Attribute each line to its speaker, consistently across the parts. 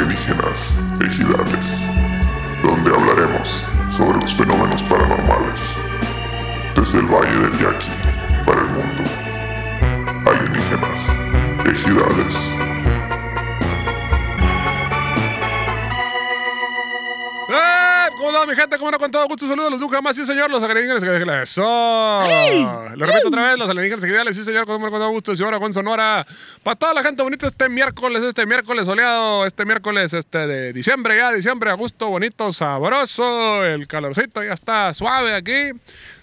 Speaker 1: Leyendas Ejidales, donde hablaremos sobre los fenómenos paranormales desde el Valle del Yaqui para el mundo. Alienígenas, ejidales.
Speaker 2: ¡Eh! ¿Cómo andamos, mi gente? ¿Cómo no? Con todo gusto, saludos a los nunca más, sí, señor, los alienígenas ejidales. ¡Eso! Lo repito otra vez, los alienígenas ejidales, sí, señor, con con todo gusto, señora con Sonora. Para toda la gente bonita este miércoles, este miércoles soleado, este miércoles este de diciembre ya, diciembre, a gusto, bonito, sabroso, el calorcito ya está suave aquí.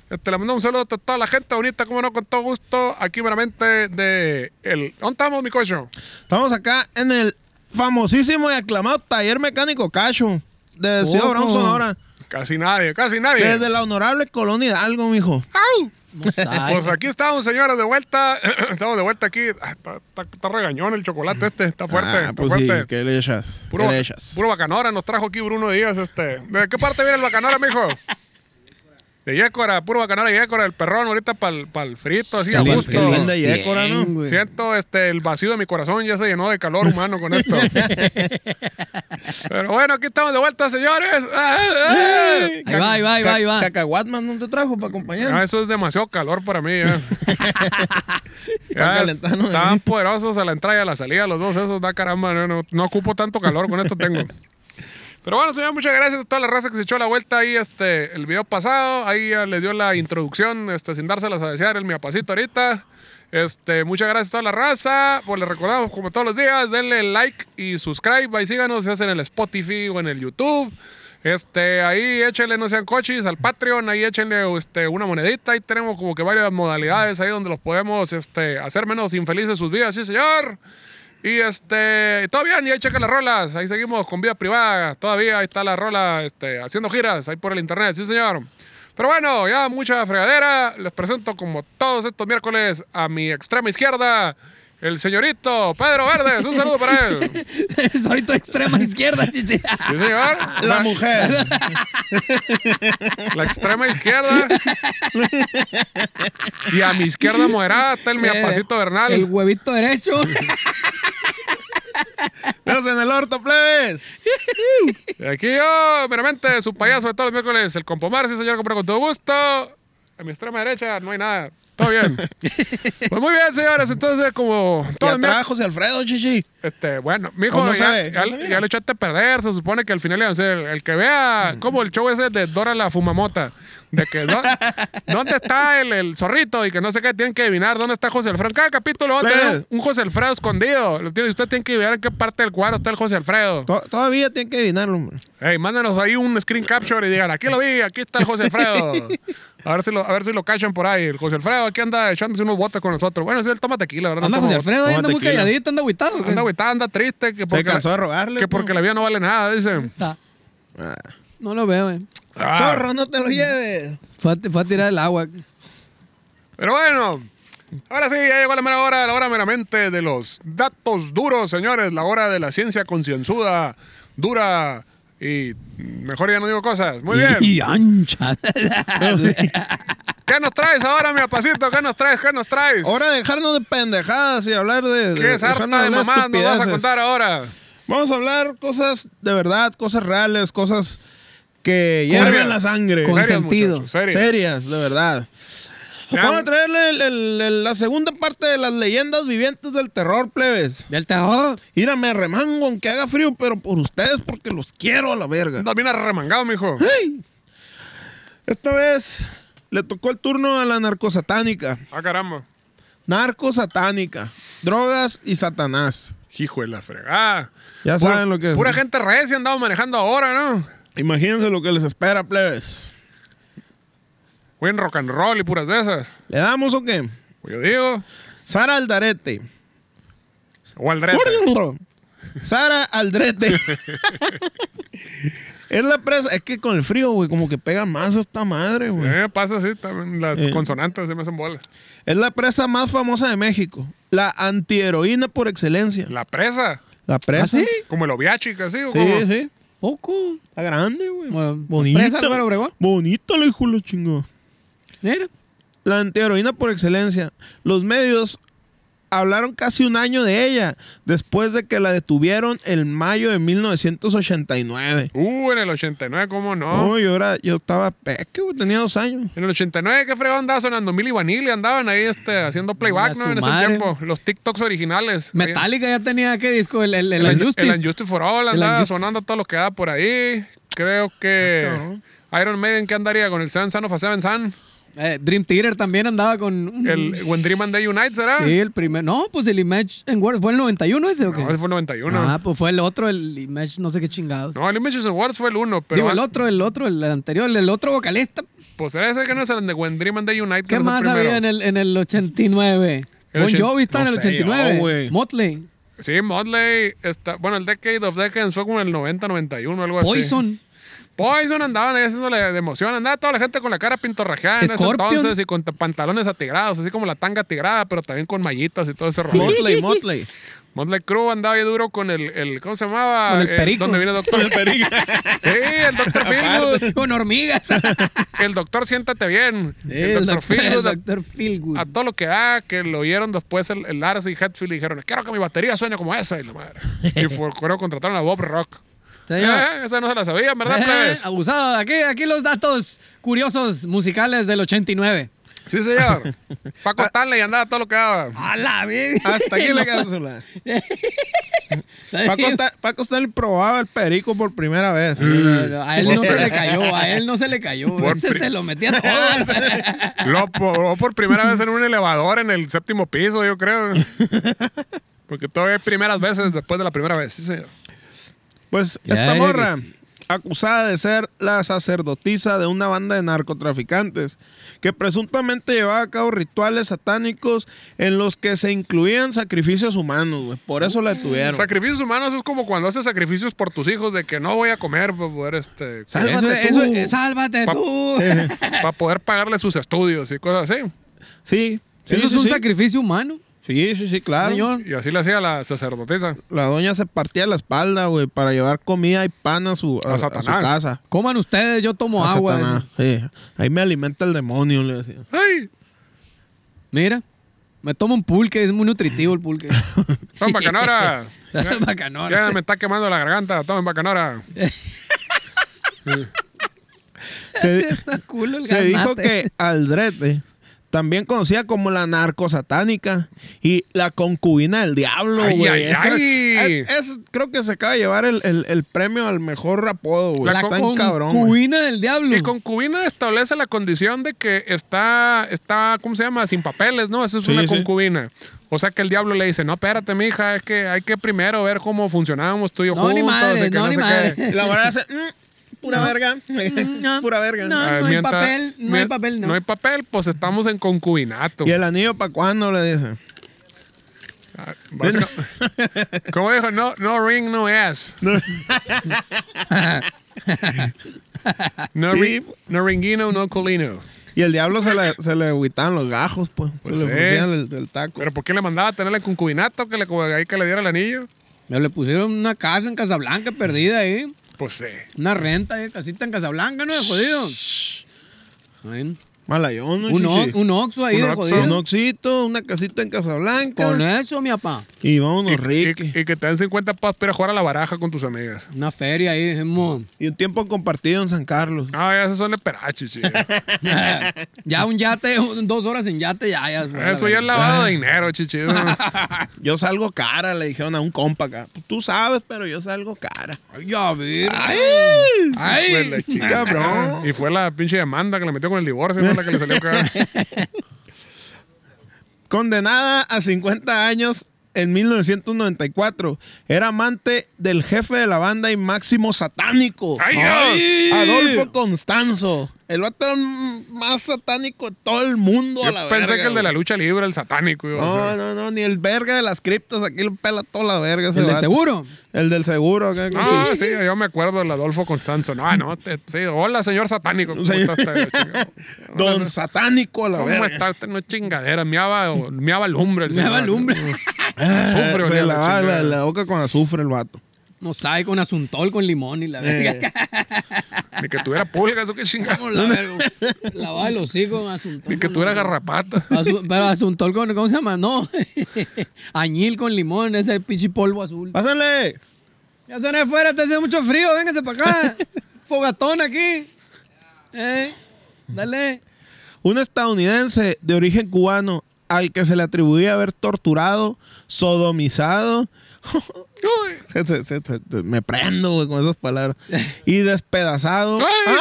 Speaker 2: Este, le mando un saludo a toda la gente bonita, como no, con todo gusto, aquí meramente de el... ¿Dónde estamos, mi cocho?
Speaker 3: Estamos acá en el famosísimo y aclamado Taller Mecánico Cacho de Ciudad
Speaker 2: Ojo.
Speaker 3: Obregón, Sonora.
Speaker 2: Casi nadie, casi nadie.
Speaker 3: Desde la honorable colonia Hidalgo, mijo.
Speaker 2: ¡Ay!
Speaker 4: Ay,
Speaker 2: Pues aquí estamos, señores, de vuelta. Estamos de vuelta aquí. Ah, Está, está- está regañón el chocolate este, está fuerte,
Speaker 3: Ah,
Speaker 2: está
Speaker 3: pues sí,
Speaker 2: fuerte.
Speaker 3: ¿qué le echas?
Speaker 2: Puro,
Speaker 3: ¿Qué
Speaker 2: ba-
Speaker 3: le echas?
Speaker 2: puro bacanora nos trajo aquí Bruno Díaz. Este. ¿De qué parte viene el bacanora, mijo? De Yécora, puro bacanora de Yécora, el perrón ahorita para el, frito, así a
Speaker 3: Qué
Speaker 2: gusto.
Speaker 3: lindo, linda yécora, ¿no?
Speaker 4: güey.
Speaker 2: Siento este, el vacío de mi corazón, ya se llenó de calor humano con esto. Pero bueno, aquí estamos de vuelta, señores. Ah, ah, ah.
Speaker 4: Ahí va, ahí va, ahí va, ahí va.
Speaker 3: Cacahuatman no te trajo para acompañar.
Speaker 2: Ah, eso es demasiado calor para mí. Ya.
Speaker 3: Está calentando,
Speaker 2: estaban
Speaker 3: ¿eh?
Speaker 2: poderosos a la entrada y a la salida, los dos esos, da caramba, no, no, no ocupo tanto calor, con esto tengo. Pero bueno, señor, muchas gracias a toda la raza que se echó la vuelta ahí este, el video pasado. Ahí ya les dio la introducción, este, sin dárselas a desear, el miapacito ahorita. Este, muchas gracias a toda la raza. Pues les recordamos, como todos los días, denle like y subscribe. Ahí síganos, ya sea en el Spotify o en el YouTube. Este, ahí échenle, no sean cochis, al Patreon, ahí échenle este, una monedita. Ahí tenemos como que varias modalidades ahí donde los podemos este, hacer menos infelices sus vidas, sí, señor. Y este, todo bien, y ahí checa las rolas. Ahí seguimos con vida privada. Todavía ahí está la rola este, haciendo giras ahí por el internet, sí, señor. Pero bueno, ya mucha fregadera. Les presento como todos estos miércoles a mi extrema izquierda, el señorito Pedro Verdes. Un saludo para él.
Speaker 4: Soy tu extrema izquierda, chichi.
Speaker 2: Sí, señor.
Speaker 3: La mujer.
Speaker 2: La extrema izquierda. Y a mi izquierda moderada está el miapacito Bernal.
Speaker 4: Eh, El huevito derecho.
Speaker 3: Pero en el orto, plebes.
Speaker 2: Y aquí yo, meramente, su payaso de todos los miércoles, el Compomar, sí señor, compra con todo gusto. A mi extrema derecha no hay nada. Todo bien. pues muy bien, señores. Entonces, como
Speaker 3: Y
Speaker 2: todos los
Speaker 3: atrás,
Speaker 2: miércoles.
Speaker 3: José Alfredo, chichi.
Speaker 2: Este, bueno, mijo,
Speaker 3: ¿Cómo no
Speaker 2: ya,
Speaker 3: sabe?
Speaker 2: ya- ya lo echaste a perder. Se supone que al final, o sea, el, el que vea
Speaker 3: Mm.
Speaker 2: como el show ese de Dora la Fumamota, de que do- dónde está el, el zorrito y que no sé qué, tienen que adivinar dónde está José Alfredo. En Cada capítulo va a tener
Speaker 3: Plebes.
Speaker 2: un, un José Alfredo escondido. Lo tiene, y ustedes tienen que adivinar en qué parte del cuadro está el José Alfredo.
Speaker 3: To- todavía tienen que adivinarlo, hombre.
Speaker 2: Hey, mándanos ahí un screen capture y digan, aquí lo vi, aquí está el José Alfredo. A ver si lo, a ver si lo cachan por ahí. El José Alfredo aquí anda echándose unos botes con nosotros. Bueno, sí, él toma tequila, ¿verdad? No
Speaker 4: Anda
Speaker 2: toma
Speaker 4: José
Speaker 2: vodka.
Speaker 4: Alfredo, ahí anda muy
Speaker 3: Tómate tequila.
Speaker 4: calladito, anda agüitado. güey.
Speaker 2: Anda agüitado, anda triste. Que porque,
Speaker 3: cansó
Speaker 2: la-
Speaker 3: de rogarle,
Speaker 2: Que
Speaker 3: pues.
Speaker 2: porque la vida no vale nada, dice.
Speaker 4: Está.
Speaker 3: Ah.
Speaker 4: No lo veo, güey.
Speaker 2: Ah.
Speaker 3: Zorro, no te lo lleves.
Speaker 4: Fue a, fue a tirar el agua.
Speaker 2: Pero bueno, ahora sí, ya llegó la mera hora, la hora meramente de los datos duros, señores. La hora de la ciencia concienzuda, dura y mejor ya no digo cosas. Muy bien.
Speaker 4: Y ancha.
Speaker 2: ¿Qué nos traes ahora, mi apacito? ¿Qué nos traes? ¿Qué nos traes?
Speaker 3: Hora de dejarnos de pendejadas y hablar de.
Speaker 2: ¿Qué es
Speaker 3: dejarnos
Speaker 2: harta de
Speaker 3: hablar
Speaker 2: mamás nos vas a
Speaker 3: estupideces.
Speaker 2: contar ahora?
Speaker 3: Vamos a hablar cosas de verdad, cosas reales, cosas que
Speaker 2: Con-
Speaker 3: hierven la sangre.
Speaker 4: Con
Speaker 2: Serias,
Speaker 4: sentido.
Speaker 2: muchachos, serias.
Speaker 3: serias, de verdad.
Speaker 2: Ya-
Speaker 3: Vamos a traerle el- el- el- la segunda parte de las leyendas vivientes del terror, plebes.
Speaker 4: Del terror.
Speaker 3: Mira, me remango aunque haga frío, pero por ustedes porque los quiero a la verga.
Speaker 2: Andas bien arremangado, mijo.
Speaker 3: Esta vez le tocó el turno a la narcosatánica.
Speaker 2: Ah, caramba.
Speaker 3: Narcosatánica. Drogas y Satanás.
Speaker 2: Hijo de la fregada.
Speaker 3: Ya
Speaker 2: Pura-
Speaker 3: saben lo que es.
Speaker 2: Pura gente recia andamos manejando ahora, ¿no?
Speaker 3: Imagínense lo que les espera, plebes.
Speaker 2: Buen rock and roll y puras de esas.
Speaker 3: ¿Le damos o qué?
Speaker 2: Pues yo digo.
Speaker 3: Sara Aldarete.
Speaker 2: O al rete.
Speaker 3: Sara Aldrete. es la presa. Es que con el frío, güey, como que pega más esta madre,
Speaker 2: Sí,
Speaker 3: güey.
Speaker 2: me Eh, pasa así, también las
Speaker 3: Eh.
Speaker 2: consonantes se me hacen bolas.
Speaker 3: Es la presa más famosa de México. La antiheroína por excelencia.
Speaker 2: La presa,
Speaker 3: La presa.
Speaker 4: ¿Ah, sí?
Speaker 2: como el oviachi, casi. o
Speaker 3: Sí,
Speaker 2: como-
Speaker 3: sí.
Speaker 4: Poco.
Speaker 3: Está grande, güey.
Speaker 4: Bueno,
Speaker 3: Bonita.
Speaker 4: presa, Álvaro Obregón.
Speaker 3: Bonita la hijo de la chingada.
Speaker 4: Mira.
Speaker 3: La antiheroína por excelencia. Los medios hablaron casi un año de ella, después de que la detuvieron en mayo de 1989.
Speaker 2: Uh, en el 89, ¿cómo no?
Speaker 3: No, yo, era, yo estaba peque, güey, tenía dos años.
Speaker 2: En el 89, ¿qué fregón andaba sonando? Milly Vanilli andaban ahí este, haciendo playback,
Speaker 4: Mira
Speaker 2: ¿no?
Speaker 4: su
Speaker 2: En ese
Speaker 4: madre.
Speaker 2: tiempo. Los TikToks originales.
Speaker 4: Metallica ya tenía, ¿qué disco? El, el, el,
Speaker 2: El, el,
Speaker 4: Unjustice.
Speaker 2: el Unjustice for All
Speaker 4: El
Speaker 2: andaba
Speaker 4: Unjustice.
Speaker 2: sonando todo lo que daba por ahí. Creo
Speaker 4: Ah,
Speaker 2: que. Iron Maiden, ¿qué andaría con el Seven Son of a Seven Son?
Speaker 4: Eh, Dream Theater también andaba con... mm,
Speaker 2: El When Dream and Day Unite, ¿será?
Speaker 4: Sí, el primer... No, pues el Image en World. ¿Fue el 91 ese o qué?
Speaker 2: No, ese fue el 91.
Speaker 4: Ah, pues fue el otro, el Image no sé qué chingados.
Speaker 2: No, el Images Awards fue el 1, pero.
Speaker 4: Digo, el otro, el otro, el anterior, el otro vocalista.
Speaker 2: Pues era ese que no es el de When Dream and Day Unite, que
Speaker 4: ¿Qué
Speaker 2: no es
Speaker 4: más
Speaker 2: el primero.
Speaker 4: había en el, en el 89?
Speaker 2: El
Speaker 4: Bon
Speaker 2: ochen-
Speaker 4: Jovi está
Speaker 3: no
Speaker 4: en el
Speaker 3: sé,
Speaker 4: 89.
Speaker 3: yo, güey.
Speaker 4: Motley.
Speaker 2: Sí, Motley. Está... Bueno, el Decade of Decadence fue como en el 90, 91, algo así.
Speaker 4: Poison.
Speaker 2: Poison andaban ahí haciéndole de emoción. Andaba toda la gente con la cara pintorrajeada en ese
Speaker 4: Scorpion.
Speaker 2: entonces y con t- pantalones atigrados, así como la tanga atigrada, pero también con mallitas y todo ese rollo.
Speaker 3: Motley, Motley.
Speaker 2: Motley Crue andaba ahí duro con el, el- ¿cómo se llamaba?
Speaker 4: Con el
Speaker 2: Eh,
Speaker 4: perico.
Speaker 2: donde viene Doctor. sí, el Doctor Philwood.
Speaker 4: Con hormigas.
Speaker 2: El Doctor Siéntate Bien. El,
Speaker 4: El
Speaker 2: Doctor Ah,
Speaker 4: doctor- el
Speaker 2: Philwood.
Speaker 4: doctor Feelgood.
Speaker 2: A todo lo que da, que lo oyeron después el, el Lars y Hetfield y dijeron, quiero que mi batería suene como esa. Y la madre. Y fue, fueron, contrataron a Bob Rock.
Speaker 4: Señor.
Speaker 2: Eh, esa no se la sabían, ¿verdad,
Speaker 4: Eh,
Speaker 2: plebes?
Speaker 4: abusado. Aquí, aquí los datos curiosos musicales del 89.
Speaker 2: Sí, señor.
Speaker 4: Ah.
Speaker 2: Paco Stanley andaba todo lo que daba.
Speaker 4: A la vez.
Speaker 2: Ah,
Speaker 3: Hasta aquí la cápsula. Paco, está, Paco Stanley probaba el perico por primera vez.
Speaker 4: A él no se le cayó, a él no se le cayó.
Speaker 2: Por
Speaker 4: Ese
Speaker 2: pri-
Speaker 4: se lo metía a todas.
Speaker 2: Lo probó por primera vez en un elevador en el séptimo piso, yo creo. Porque todavía hay primeras veces después de la primera vez, sí, señor.
Speaker 3: Pues
Speaker 4: Ya
Speaker 3: esta
Speaker 4: era
Speaker 3: morra,
Speaker 4: que sí.
Speaker 3: acusada de ser la sacerdotisa de una banda de narcotraficantes que presuntamente llevaba a cabo rituales satánicos en los que se incluían sacrificios humanos, güey. Por eso la detuvieron.
Speaker 2: Sacrificios humanos es como cuando haces sacrificios por tus hijos de que no voy a comer para poder, este,
Speaker 3: Sálvate
Speaker 4: eso,
Speaker 3: tú.
Speaker 4: eso- sálvate
Speaker 2: Pa-
Speaker 4: tú.
Speaker 2: para poder pagarle sus estudios y cosas así.
Speaker 3: Sí. sí,
Speaker 4: eso es
Speaker 3: sí,
Speaker 4: un
Speaker 3: sí.
Speaker 4: sacrificio humano,
Speaker 3: Sí, sí, sí, claro.
Speaker 4: señor.
Speaker 2: Y así le hacía la sacerdotisa.
Speaker 3: La doña se partía la espalda, güey, para llevar comida y pan a su, a,
Speaker 2: A
Speaker 3: a su
Speaker 2: Satanás.
Speaker 3: casa.
Speaker 4: Coman ustedes, yo tomo
Speaker 3: A
Speaker 4: agua.
Speaker 3: Satanás, sí. Ahí me alimenta el demonio, le decía.
Speaker 2: ¡Ay!
Speaker 4: Mira, me tomo un pulque, es muy nutritivo el pulque.
Speaker 2: Tomen bacanora.
Speaker 4: Bacanora.
Speaker 2: Ya me está quemando la garganta. Tomen bacanora.
Speaker 3: Se,
Speaker 4: Está culo el
Speaker 3: Se dijo
Speaker 4: gaznate.
Speaker 3: que Aldrete, también conocida como la narcosatánica y la concubina del diablo,
Speaker 2: Ay,
Speaker 3: güey.
Speaker 2: ay,
Speaker 3: Esa-
Speaker 2: ay.
Speaker 3: es- es- creo que se acaba de llevar el, el- el premio al mejor apodo, güey.
Speaker 4: la
Speaker 3: Está en cabrón. güey.
Speaker 4: concubina del diablo.
Speaker 2: Y concubina establece la condición de que está, está, ¿cómo se llama? Sin papeles, ¿no? Eso es
Speaker 3: Sí,
Speaker 2: una
Speaker 3: sí.
Speaker 2: concubina. O sea que el diablo le dice, no, espérate, mija, es que hay que primero ver cómo funcionamos tú y yo
Speaker 4: No,
Speaker 2: juntos.
Speaker 4: ni madre,
Speaker 2: y que
Speaker 4: no,
Speaker 2: no
Speaker 4: ni
Speaker 2: sé
Speaker 4: madre.
Speaker 2: qué.
Speaker 3: Y La verdad es pura verga.
Speaker 4: no,
Speaker 3: pura verga.
Speaker 4: no.
Speaker 2: Ah,
Speaker 4: hay papel, no hay
Speaker 2: mien-
Speaker 4: papel, no.
Speaker 2: hay papel, pues estamos en concubinato.
Speaker 3: ¿Y el anillo para cuándo le dicen?
Speaker 2: Ah, básica- Como dijo, no, no ring, no ass. No, ring, no ringuino, no colino.
Speaker 3: Y el diablo se le, se le agüitaban los gajos, pues. Se
Speaker 2: Pues sí.
Speaker 3: le ofrecían el, el taco.
Speaker 2: Pero ¿por qué le mandaba a tenerle concubinato que le, como ahí que le diera el anillo?
Speaker 4: Me le pusieron una casa en Casablanca perdida ahí.
Speaker 2: Pues sí.
Speaker 4: Una renta ahí, casita en Casablanca, ¿no? De jodido. Ahí.
Speaker 3: Malayón, ¿no,
Speaker 4: Un, o-
Speaker 3: chichi?
Speaker 4: un oxo ahí
Speaker 2: Un
Speaker 4: de
Speaker 2: Oxxo.
Speaker 4: jodido.
Speaker 3: Un oxito, una casita en Casablanca.
Speaker 4: Con eso, mi papá.
Speaker 3: Y vámonos,
Speaker 2: Y,
Speaker 3: Ricky.
Speaker 2: y que te den 50 pesos para ir a jugar a la baraja con tus amigas.
Speaker 4: Una feria ahí, dijimos.
Speaker 3: Y un tiempo compartido en San Carlos.
Speaker 2: Ah, ya esos son leperachis, chido.
Speaker 4: ya un yate, un- dos horas en yate, ya, ya. fue la
Speaker 2: Eso ya es
Speaker 4: verga.
Speaker 2: lavado de dinero, chichi.
Speaker 3: Yo salgo cara, le dijeron a un compa acá. Pues tú sabes, pero yo salgo cara.
Speaker 4: Ay, Ya, vi.
Speaker 2: Ay,
Speaker 4: Ay.
Speaker 3: cabrón.
Speaker 2: Y fue la pinche demanda que le metió con el divorcio, ¿no? la que le salió acá.
Speaker 3: Condenada a 50 años en 1994. Era amante del jefe de la banda y máximo satánico.
Speaker 2: ¡Ay,
Speaker 3: Ay,
Speaker 2: Dios!
Speaker 3: Adolfo Constanzo. El vato era el más satánico de todo el mundo a
Speaker 2: Yo
Speaker 3: la
Speaker 2: pensé
Speaker 3: verga,
Speaker 2: que el de la
Speaker 3: güey.
Speaker 2: lucha libre, el satánico, iba a
Speaker 3: No,
Speaker 2: ser.
Speaker 3: no, no, ni el verga de las criptas. Aquí lo pela toda la verga. ese
Speaker 4: ¿El del
Speaker 3: vato.
Speaker 4: seguro?
Speaker 3: El del seguro. Acá, con su-
Speaker 2: Ah, sí, yo me acuerdo del Adolfo Constanzo. No, no, te- sí. Hola, señor satánico. ¿Cómo
Speaker 3: señor-
Speaker 2: está usted, chingado? Hola,
Speaker 3: Don satánico a la
Speaker 2: ¿Cómo
Speaker 3: verga.
Speaker 2: está usted? No es chingadera. Miaba, miaba lumbre. El
Speaker 4: Me
Speaker 2: señor.
Speaker 4: va lumbre.
Speaker 2: Azufre,
Speaker 3: Se
Speaker 2: olía la
Speaker 3: lavaba la,
Speaker 2: chingada.
Speaker 3: la boca con azufre el vato.
Speaker 2: Eh.
Speaker 4: Mosaico, un asuntol con limón y la verga.
Speaker 2: Ni que tuviera pulgas o qué chingado.
Speaker 4: Vamos, la verga. Lavado el hocico, asuntol.
Speaker 2: Ni que
Speaker 4: con-
Speaker 2: tuviera garrapata.
Speaker 4: asu- pero asuntol con, ¿cómo se llama? No. Añil con limón, ese pinche polvo azul.
Speaker 3: ¡Pásale!
Speaker 4: Ya se afuera, está haciendo mucho frío, vénganse para acá. Fogatón aquí. Eh, dale.
Speaker 3: Un estadounidense de origen cubano al que se le atribuía haber torturado, sodomizado.
Speaker 2: Uy.
Speaker 3: se- se- se- se- Me prendo, güey, con esas palabras. Y despedazado. Ah.
Speaker 2: Ay.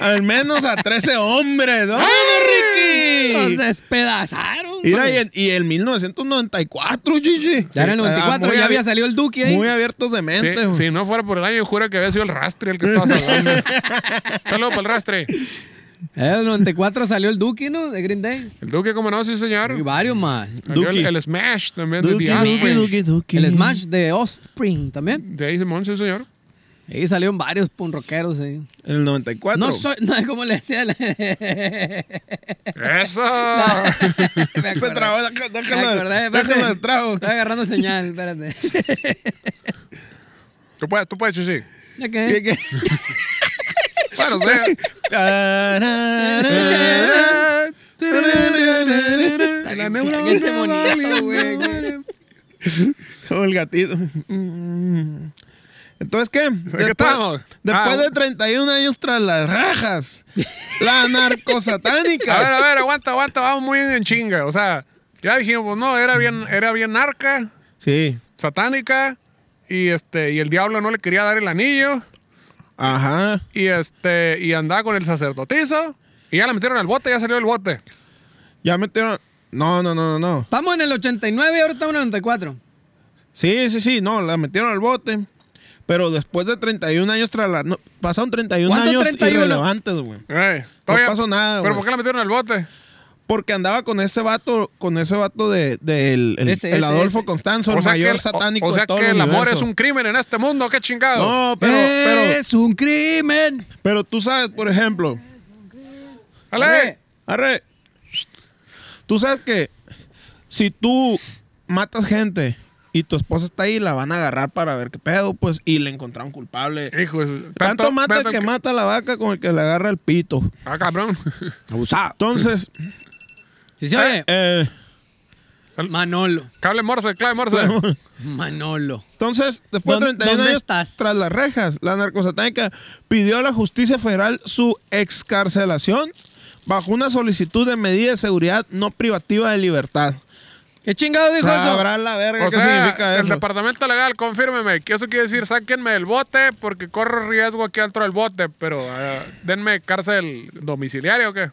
Speaker 3: Al menos a 13 hombres. ¡Vámonos,
Speaker 4: Los
Speaker 3: Ricky!
Speaker 4: despedazaron.
Speaker 3: Mira, y en, y en 1994, chichi.
Speaker 4: Ya era el 94,
Speaker 3: Ah, muy
Speaker 4: ya había
Speaker 3: abi-
Speaker 4: salido el Duque ahí.
Speaker 3: Muy abiertos de mente.
Speaker 2: Si,
Speaker 3: güey.
Speaker 2: si no fuera por el año, yo juro que había sido el rastre el que estaba hablando. Saludos para el rastre.
Speaker 4: Era Eh, el 94 salió el Duque, ¿no? De Green Day.
Speaker 2: El Duque, como no, sí, señor.
Speaker 4: Y varios más.
Speaker 2: Salió
Speaker 3: Duki.
Speaker 2: El, el Smash también de
Speaker 3: Duki,
Speaker 2: The
Speaker 3: Duki,
Speaker 2: Offspring.
Speaker 3: Duki, Duki.
Speaker 4: El Smash de Offspring también.
Speaker 2: De ahí Simón, sí, señor.
Speaker 4: Ahí salieron varios punroqueros ahí.
Speaker 3: El 94.
Speaker 4: No soy, no es como le decía. la-
Speaker 2: ¡Eso!
Speaker 4: Me
Speaker 3: Se
Speaker 4: acordé.
Speaker 3: trabó,
Speaker 4: Me acordé,
Speaker 3: déjalo
Speaker 4: espérate.
Speaker 3: déjalo el trago.
Speaker 4: Estoy agarrando señal, espérate.
Speaker 2: tú puedes, tú puedes, Chuchi.
Speaker 4: ¿Ya
Speaker 3: ¿Qué,
Speaker 4: qué?
Speaker 3: qué?
Speaker 2: Bueno, o sea,
Speaker 3: La neura
Speaker 4: Ese
Speaker 3: va
Speaker 4: monito, güey.
Speaker 3: valiendo. O el gatito. Entonces, ¿qué? Después,
Speaker 2: estamos? Ah.
Speaker 3: después de 31 años tras las rajas, la narcosatánica.
Speaker 2: a ver, a ver, aguanta, aguanta, vamos muy en chinga. O sea, ya dijimos, pues, no, era bien, era bien narca,
Speaker 3: Sí.
Speaker 2: satánica, y este, y el diablo no le quería dar el anillo,
Speaker 3: Ajá.
Speaker 2: y este, y andaba con el sacerdotizo, y ya la metieron al bote, ya salió el bote.
Speaker 3: Ya metieron. No, no, no, no, no.
Speaker 4: Estamos en el 89 y ahora estamos en el 94.
Speaker 3: Sí, sí, sí. No, la metieron al bote. Pero después de 31 años tras la. no, pasaron 31
Speaker 4: ¿Cuántos
Speaker 3: años
Speaker 4: 31?
Speaker 3: irrelevantes, güey.
Speaker 2: Eh,
Speaker 3: pasó nada,
Speaker 2: ¿Pero
Speaker 3: güey.
Speaker 2: por qué la metieron al bote?
Speaker 3: Porque andaba con ese vato, con ese vato de, de el, el-
Speaker 4: Ese,
Speaker 3: el
Speaker 4: ese,
Speaker 3: Adolfo
Speaker 4: ese.
Speaker 3: Constanzo, el
Speaker 2: que
Speaker 3: mayor
Speaker 2: el-
Speaker 3: satánico
Speaker 2: o, o sea
Speaker 3: de todo
Speaker 2: que el amor
Speaker 3: universo.
Speaker 2: es un crimen en este mundo, qué chingados.
Speaker 3: No, pero, pero,
Speaker 4: es un crimen.
Speaker 3: pero tú sabes, por ejemplo,
Speaker 2: ¡Ale!
Speaker 3: Arre. Tú sabes que si tú matas gente y tu esposa está ahí, la van a agarrar para ver qué pedo, pues, y le encontraron culpable.
Speaker 2: Hijo, de su-
Speaker 3: Tanto mata el
Speaker 2: tanto
Speaker 3: que mata a la vaca con el que le agarra el pito.
Speaker 2: Ah, cabrón.
Speaker 4: Abusado.
Speaker 3: Entonces,
Speaker 4: Sí, sí, oye.
Speaker 3: eh,
Speaker 4: Manolo.
Speaker 2: Cable morse, clave morse.
Speaker 4: Manolo.
Speaker 3: entonces, después de
Speaker 4: ¿Dónde-
Speaker 3: 31
Speaker 4: dónde
Speaker 3: años
Speaker 4: estás?
Speaker 3: tras las rejas, la narcosatánica pidió a la justicia federal su excarcelación bajo una solicitud de medida de seguridad no privativa de libertad.
Speaker 4: ¿Qué chingado dijo eso?
Speaker 3: Sabrá la verga
Speaker 2: O
Speaker 3: qué
Speaker 2: sea,
Speaker 3: significa
Speaker 2: el
Speaker 3: eso.
Speaker 2: departamento legal, confírmeme, que eso quiere decir sáquenme del bote porque corro riesgo aquí dentro del bote, pero ah, denme cárcel domiciliaria o qué.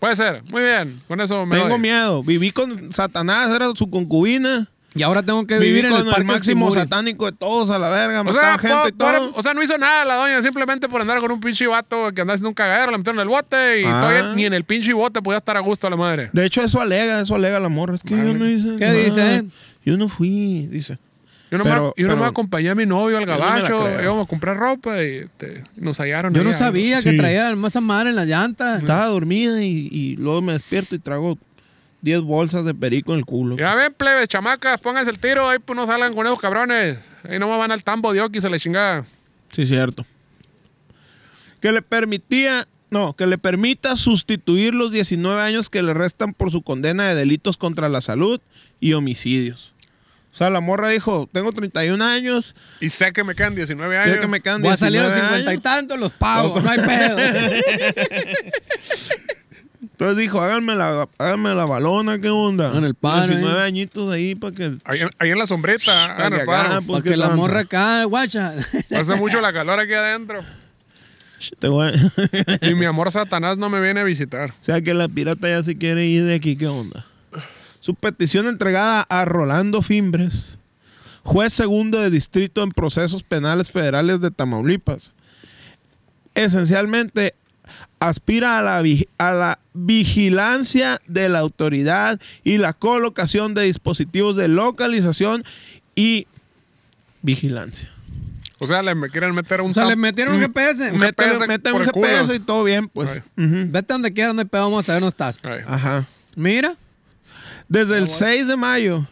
Speaker 2: Puede ser, muy bien, con eso me
Speaker 3: Tengo
Speaker 2: doy.
Speaker 3: miedo. Viví con Satanás, era su concubina.
Speaker 4: Y ahora tengo que
Speaker 3: Viví
Speaker 4: vivir en
Speaker 3: con
Speaker 4: el, parque
Speaker 3: máximo
Speaker 4: Chimuri.
Speaker 3: satánico de todos a la verga.
Speaker 2: O sea,
Speaker 3: Mataba gente y
Speaker 2: po- pobre-
Speaker 3: todo.
Speaker 2: o sea, no hizo nada la doña, simplemente por andar con un pinche vato que andaba haciendo un cagadero, la metieron en el bote y
Speaker 3: Ah.
Speaker 2: todavía ni en el pinche bote podía estar a gusto la madre.
Speaker 3: De hecho, eso alega, eso alega la morra. Es que yo no hice.
Speaker 4: ¿Qué
Speaker 3: nada.
Speaker 4: dice?
Speaker 3: Yo no fui, dice.
Speaker 2: Yo nomás,
Speaker 3: Pero-
Speaker 2: yo nomás
Speaker 3: pero-
Speaker 2: acompañé a mi novio al
Speaker 3: no me la
Speaker 2: gabacho,
Speaker 3: creo.
Speaker 2: íbamos a comprar ropa y este, nos hallaron.
Speaker 4: Yo
Speaker 2: ahí
Speaker 4: no
Speaker 2: algo.
Speaker 4: sabía que
Speaker 3: Sí.
Speaker 4: traía masa madre en la llanta.
Speaker 3: Estaba dormida y, y luego me despierto y trago 10 bolsas de perico en el culo.
Speaker 2: Ya ven, plebes, chamacas, pónganse el tiro, ahí pues no salgan con esos cabrones. Ahí nomás van al tambo de Oki, se le chingada.
Speaker 3: Sí, cierto. Que le permitía. No, que le permita sustituir los 19 años que le restan por su condena de delitos contra la salud y homicidios. O sea, la morra dijo, tengo 31 años,
Speaker 2: Y sé que me quedan 19 años.
Speaker 3: ya que me quedan
Speaker 4: Voy a salir a los
Speaker 3: 19
Speaker 4: 50 y
Speaker 3: años.
Speaker 4: tantos, los pavos, no hay pedo.
Speaker 3: Entonces dijo, háganme la, háganme la balona, ¿qué onda?
Speaker 4: En el paro,
Speaker 3: 19
Speaker 4: eh.
Speaker 3: añitos ahí para que...
Speaker 2: Ahí, en- ahí en la sombrita,
Speaker 3: Para
Speaker 2: hagan
Speaker 3: que
Speaker 2: el paro.
Speaker 3: acá, pues,
Speaker 4: Porque
Speaker 3: ¿qué
Speaker 4: la
Speaker 3: tranza?
Speaker 4: morra acá, guacha.
Speaker 2: Hace mucho la calor aquí adentro.
Speaker 3: Te voy a- o
Speaker 2: Y mi amor Satanás no me viene a visitar.
Speaker 3: sea, que la pirata ya se quiere ir de aquí, ¿qué onda? Su petición entregada a Rolando Fimbres, juez segundo de distrito en procesos penales federales de Tamaulipas, esencialmente aspira a la, vi- a la vigilancia de la autoridad y la colocación de dispositivos de localización y vigilancia.
Speaker 2: O sea, le me quieren meter un
Speaker 4: O sea, le
Speaker 2: tam-
Speaker 4: metieron un GPS.
Speaker 2: Un
Speaker 3: Métele
Speaker 2: GPS
Speaker 3: métele
Speaker 2: por
Speaker 3: un
Speaker 2: el culo.
Speaker 3: GPS y todo bien, pues.
Speaker 2: Ay.
Speaker 3: Ujú.
Speaker 4: Vete donde quieras, no hay pedo, vamos a saber dónde estás.
Speaker 2: Ay,
Speaker 3: Ajá.
Speaker 4: Mira. Ah,
Speaker 3: Desde el 6 de mayo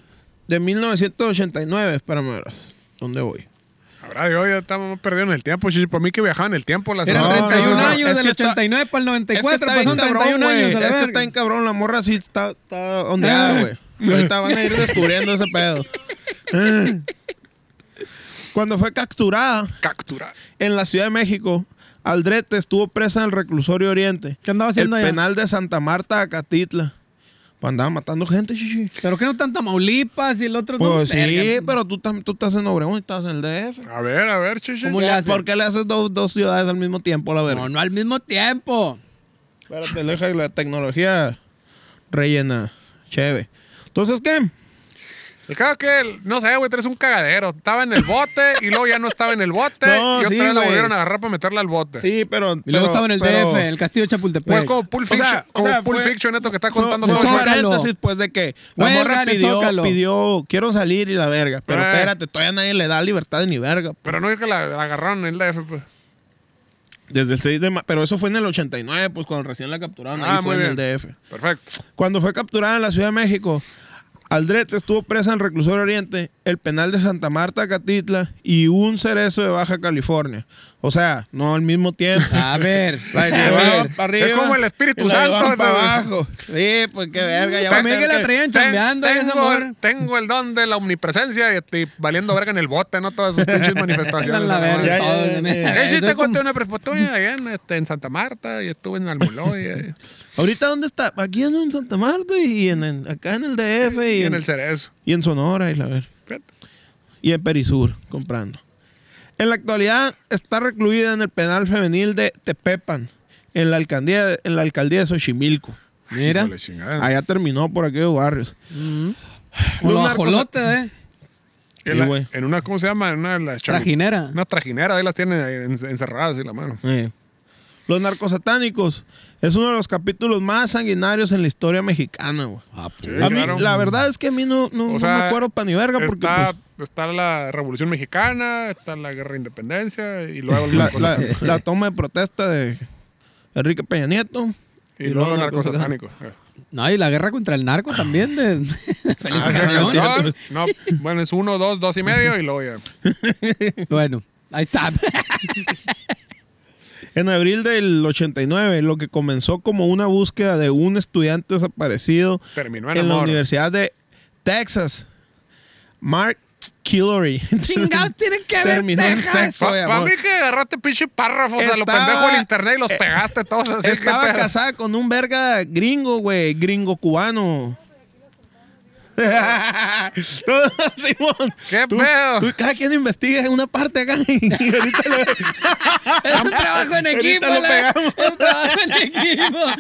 Speaker 3: de 1989, espérame, verás, ¿dónde voy?
Speaker 2: Ahora yo ya estamos perdidos en el tiempo, chichi. Para mí que viajaba en el tiempo. La
Speaker 4: Eran
Speaker 3: No,
Speaker 2: semana.
Speaker 3: no,
Speaker 4: 31
Speaker 3: no, no.
Speaker 4: años,
Speaker 3: Es
Speaker 4: del
Speaker 3: que está-
Speaker 4: 89 para el
Speaker 3: Es que
Speaker 4: 94,
Speaker 3: está bien
Speaker 4: pasaron
Speaker 3: cabrón,
Speaker 4: 31
Speaker 3: güey.
Speaker 4: años.
Speaker 3: Es
Speaker 4: a la
Speaker 3: que
Speaker 4: verga. Ah.
Speaker 3: está bien cabrón. La morra sí está, está ondeada, güey. Ahorita van a ir descubriendo ese pedo. Eh. Cuando fue capturada
Speaker 2: Captura.
Speaker 3: en la Ciudad de México, Aldrete estuvo presa en el reclusorio Oriente.
Speaker 4: ¿Qué andaba haciendo
Speaker 3: El
Speaker 4: allá?
Speaker 3: penal de Santa Marta a Catitla. Pues andaba matando gente, chichi.
Speaker 4: Pero que no están Tamaulipas y el otro
Speaker 3: Pues
Speaker 4: no.
Speaker 3: sí,
Speaker 4: Verga.
Speaker 3: pero tú, tam- tú estás en Obregón y estás en el DF.
Speaker 2: A ver, a ver, chichi.
Speaker 4: ¿Cómo le haces?
Speaker 3: ¿Por qué le haces dos, dos ciudades al mismo tiempo, la verdad?
Speaker 4: No, no al mismo tiempo.
Speaker 3: Espérate, deja la tecnología rellena. Chévere. Entonces, ¿qué?
Speaker 2: El caso es que, el- no sé, güey, traes un cagadero. Estaba en el bote y luego ya no estaba en el bote.
Speaker 3: No,
Speaker 2: y otra
Speaker 3: sí,
Speaker 2: vez la
Speaker 3: güey.
Speaker 2: volvieron a agarrar para meterla al bote.
Speaker 3: Sí, pero. pues,
Speaker 4: Y luego estaba en el DF, el castillo de
Speaker 2: Fue
Speaker 4: Chapultepec.
Speaker 2: como Pulp
Speaker 3: O sea,
Speaker 2: Fiction,
Speaker 3: o
Speaker 2: como
Speaker 3: sea,
Speaker 2: Pulp
Speaker 3: fue-
Speaker 2: Fiction esto que está
Speaker 3: Son,
Speaker 2: contando
Speaker 3: son
Speaker 2: todo el
Speaker 4: fue-
Speaker 2: mundo.
Speaker 4: Zócalo.
Speaker 3: paréntesis, pues, de que la
Speaker 4: Huelga
Speaker 3: morra
Speaker 4: en el
Speaker 3: pidió,
Speaker 4: Zócalo.
Speaker 3: pidió, quiero salir y la verga. Pero
Speaker 2: Eh.
Speaker 3: espérate, todavía nadie le da libertad ni verga.
Speaker 2: Pero no es que la, la agarraron en el DF, pues.
Speaker 3: Desde el 6 de ma- Pero eso fue en el 89, pues, cuando recién la capturaron.
Speaker 2: Ah,
Speaker 3: ahí fue
Speaker 2: muy bien.
Speaker 3: en el DF.
Speaker 2: Perfecto.
Speaker 3: Cuando fue capturada en la Ciudad de México, Aldrete estuvo presa en el reclusorio Oriente, el penal de Santa Marta, Catitla y un cerezo de Baja California. O sea, no al mismo tiempo.
Speaker 4: A ver.
Speaker 3: La
Speaker 4: a
Speaker 3: llevaban
Speaker 4: ver.
Speaker 3: para arriba.
Speaker 2: Es como el Espíritu
Speaker 3: y la
Speaker 2: Santo,
Speaker 3: llevaban para
Speaker 2: ¿no?
Speaker 3: abajo. Sí, pues qué verga. Ya va a
Speaker 4: También que
Speaker 3: tener
Speaker 4: la
Speaker 3: que-
Speaker 4: traían chambeando ahí, esa
Speaker 2: tengo,
Speaker 4: morra.
Speaker 2: el, tengo el don de la omnipresencia y, y valiendo verga en el bote, ¿no? Todas sus pinches manifestaciones.
Speaker 4: Eran
Speaker 2: esa
Speaker 4: la verga.
Speaker 2: madre.
Speaker 3: Ya,
Speaker 4: todos,
Speaker 3: ya, ya,
Speaker 4: neta.
Speaker 3: ya.
Speaker 2: Eh, sí,
Speaker 4: Soy
Speaker 2: te
Speaker 4: como-
Speaker 2: conté una perspectiva allá en, este, en Santa Marta y estuve en Almoloy eh,
Speaker 3: Ahorita, ¿dónde está? Aquí ando en Santa Marta y en, en- acá en el DF y,
Speaker 2: y
Speaker 3: en,
Speaker 2: en el Cerezo.
Speaker 3: y en Sonora y la verga.
Speaker 2: Fíjate.
Speaker 3: y en Perisur comprando. En la actualidad está recluida en el penal femenil de Tepepan, en la alcaldía, en la alcaldía de Xochimilco.
Speaker 4: Mira.
Speaker 2: Hijo de chingada.
Speaker 3: Allá terminó por aquellos barrios.
Speaker 2: Mm.
Speaker 4: Ujú.
Speaker 3: Los
Speaker 4: Los
Speaker 3: narcos-
Speaker 4: ajolotes, eh.
Speaker 2: En,
Speaker 3: Sí,
Speaker 2: la-
Speaker 3: güey.
Speaker 2: en una, ¿cómo se llama? En una de las chamu-
Speaker 4: Trajinera.
Speaker 2: Unas trajineras, ahí las tienen ahí en- encerradas, y la mano.
Speaker 3: Eh. Los narcosatánicos es uno de los capítulos más sanguinarios en la historia mexicana. güey.
Speaker 4: Ah, pues.
Speaker 2: Sí,
Speaker 3: A mí,
Speaker 2: claro.
Speaker 3: La verdad es que a mí no, no-
Speaker 2: O
Speaker 3: no
Speaker 2: sea,
Speaker 3: me acuerdo pa' ni verga porque pues,
Speaker 2: Está, está la Revolución Mexicana, está la Guerra de Independencia y luego
Speaker 3: pues, la,
Speaker 2: la, cosa-
Speaker 3: la- la toma de protesta de Enrique Peña Nieto.
Speaker 2: y luego los
Speaker 3: narcos
Speaker 2: narcosatánicos.
Speaker 4: No, y la guerra contra el narco también de
Speaker 2: Ah,
Speaker 4: de
Speaker 3: Ah,
Speaker 4: Felipe
Speaker 2: No,
Speaker 4: Calderón.
Speaker 3: pues.
Speaker 2: Ah, no, bueno, es uno, dos, dos y medio y luego ya.
Speaker 4: Bueno, ahí está.
Speaker 3: En abril del 89, lo que comenzó como una búsqueda de un estudiante desaparecido
Speaker 2: Terminó en
Speaker 3: en la
Speaker 2: amor.
Speaker 3: Universidad de Texas, Mark Killery.
Speaker 4: Chingados tienen que ver
Speaker 3: Terminó en
Speaker 4: Texas.
Speaker 3: sexo de
Speaker 2: Para
Speaker 3: amor.
Speaker 2: mí que agarraste pinche párrafos a lo
Speaker 3: Estaba- eh,
Speaker 2: pendejo del internet y los pegaste todos así.
Speaker 3: Estaba
Speaker 2: que te-
Speaker 3: casada con un verga gringo, güey, gringo cubano. No, Simón,
Speaker 2: ¿Qué
Speaker 3: tú-
Speaker 2: pedo?
Speaker 3: tú cada quien investiga en una parte acá y ahorita le-
Speaker 4: Es un trabajo en equipo.
Speaker 3: lo
Speaker 4: la-
Speaker 3: pegamos.
Speaker 4: Es un trabajo en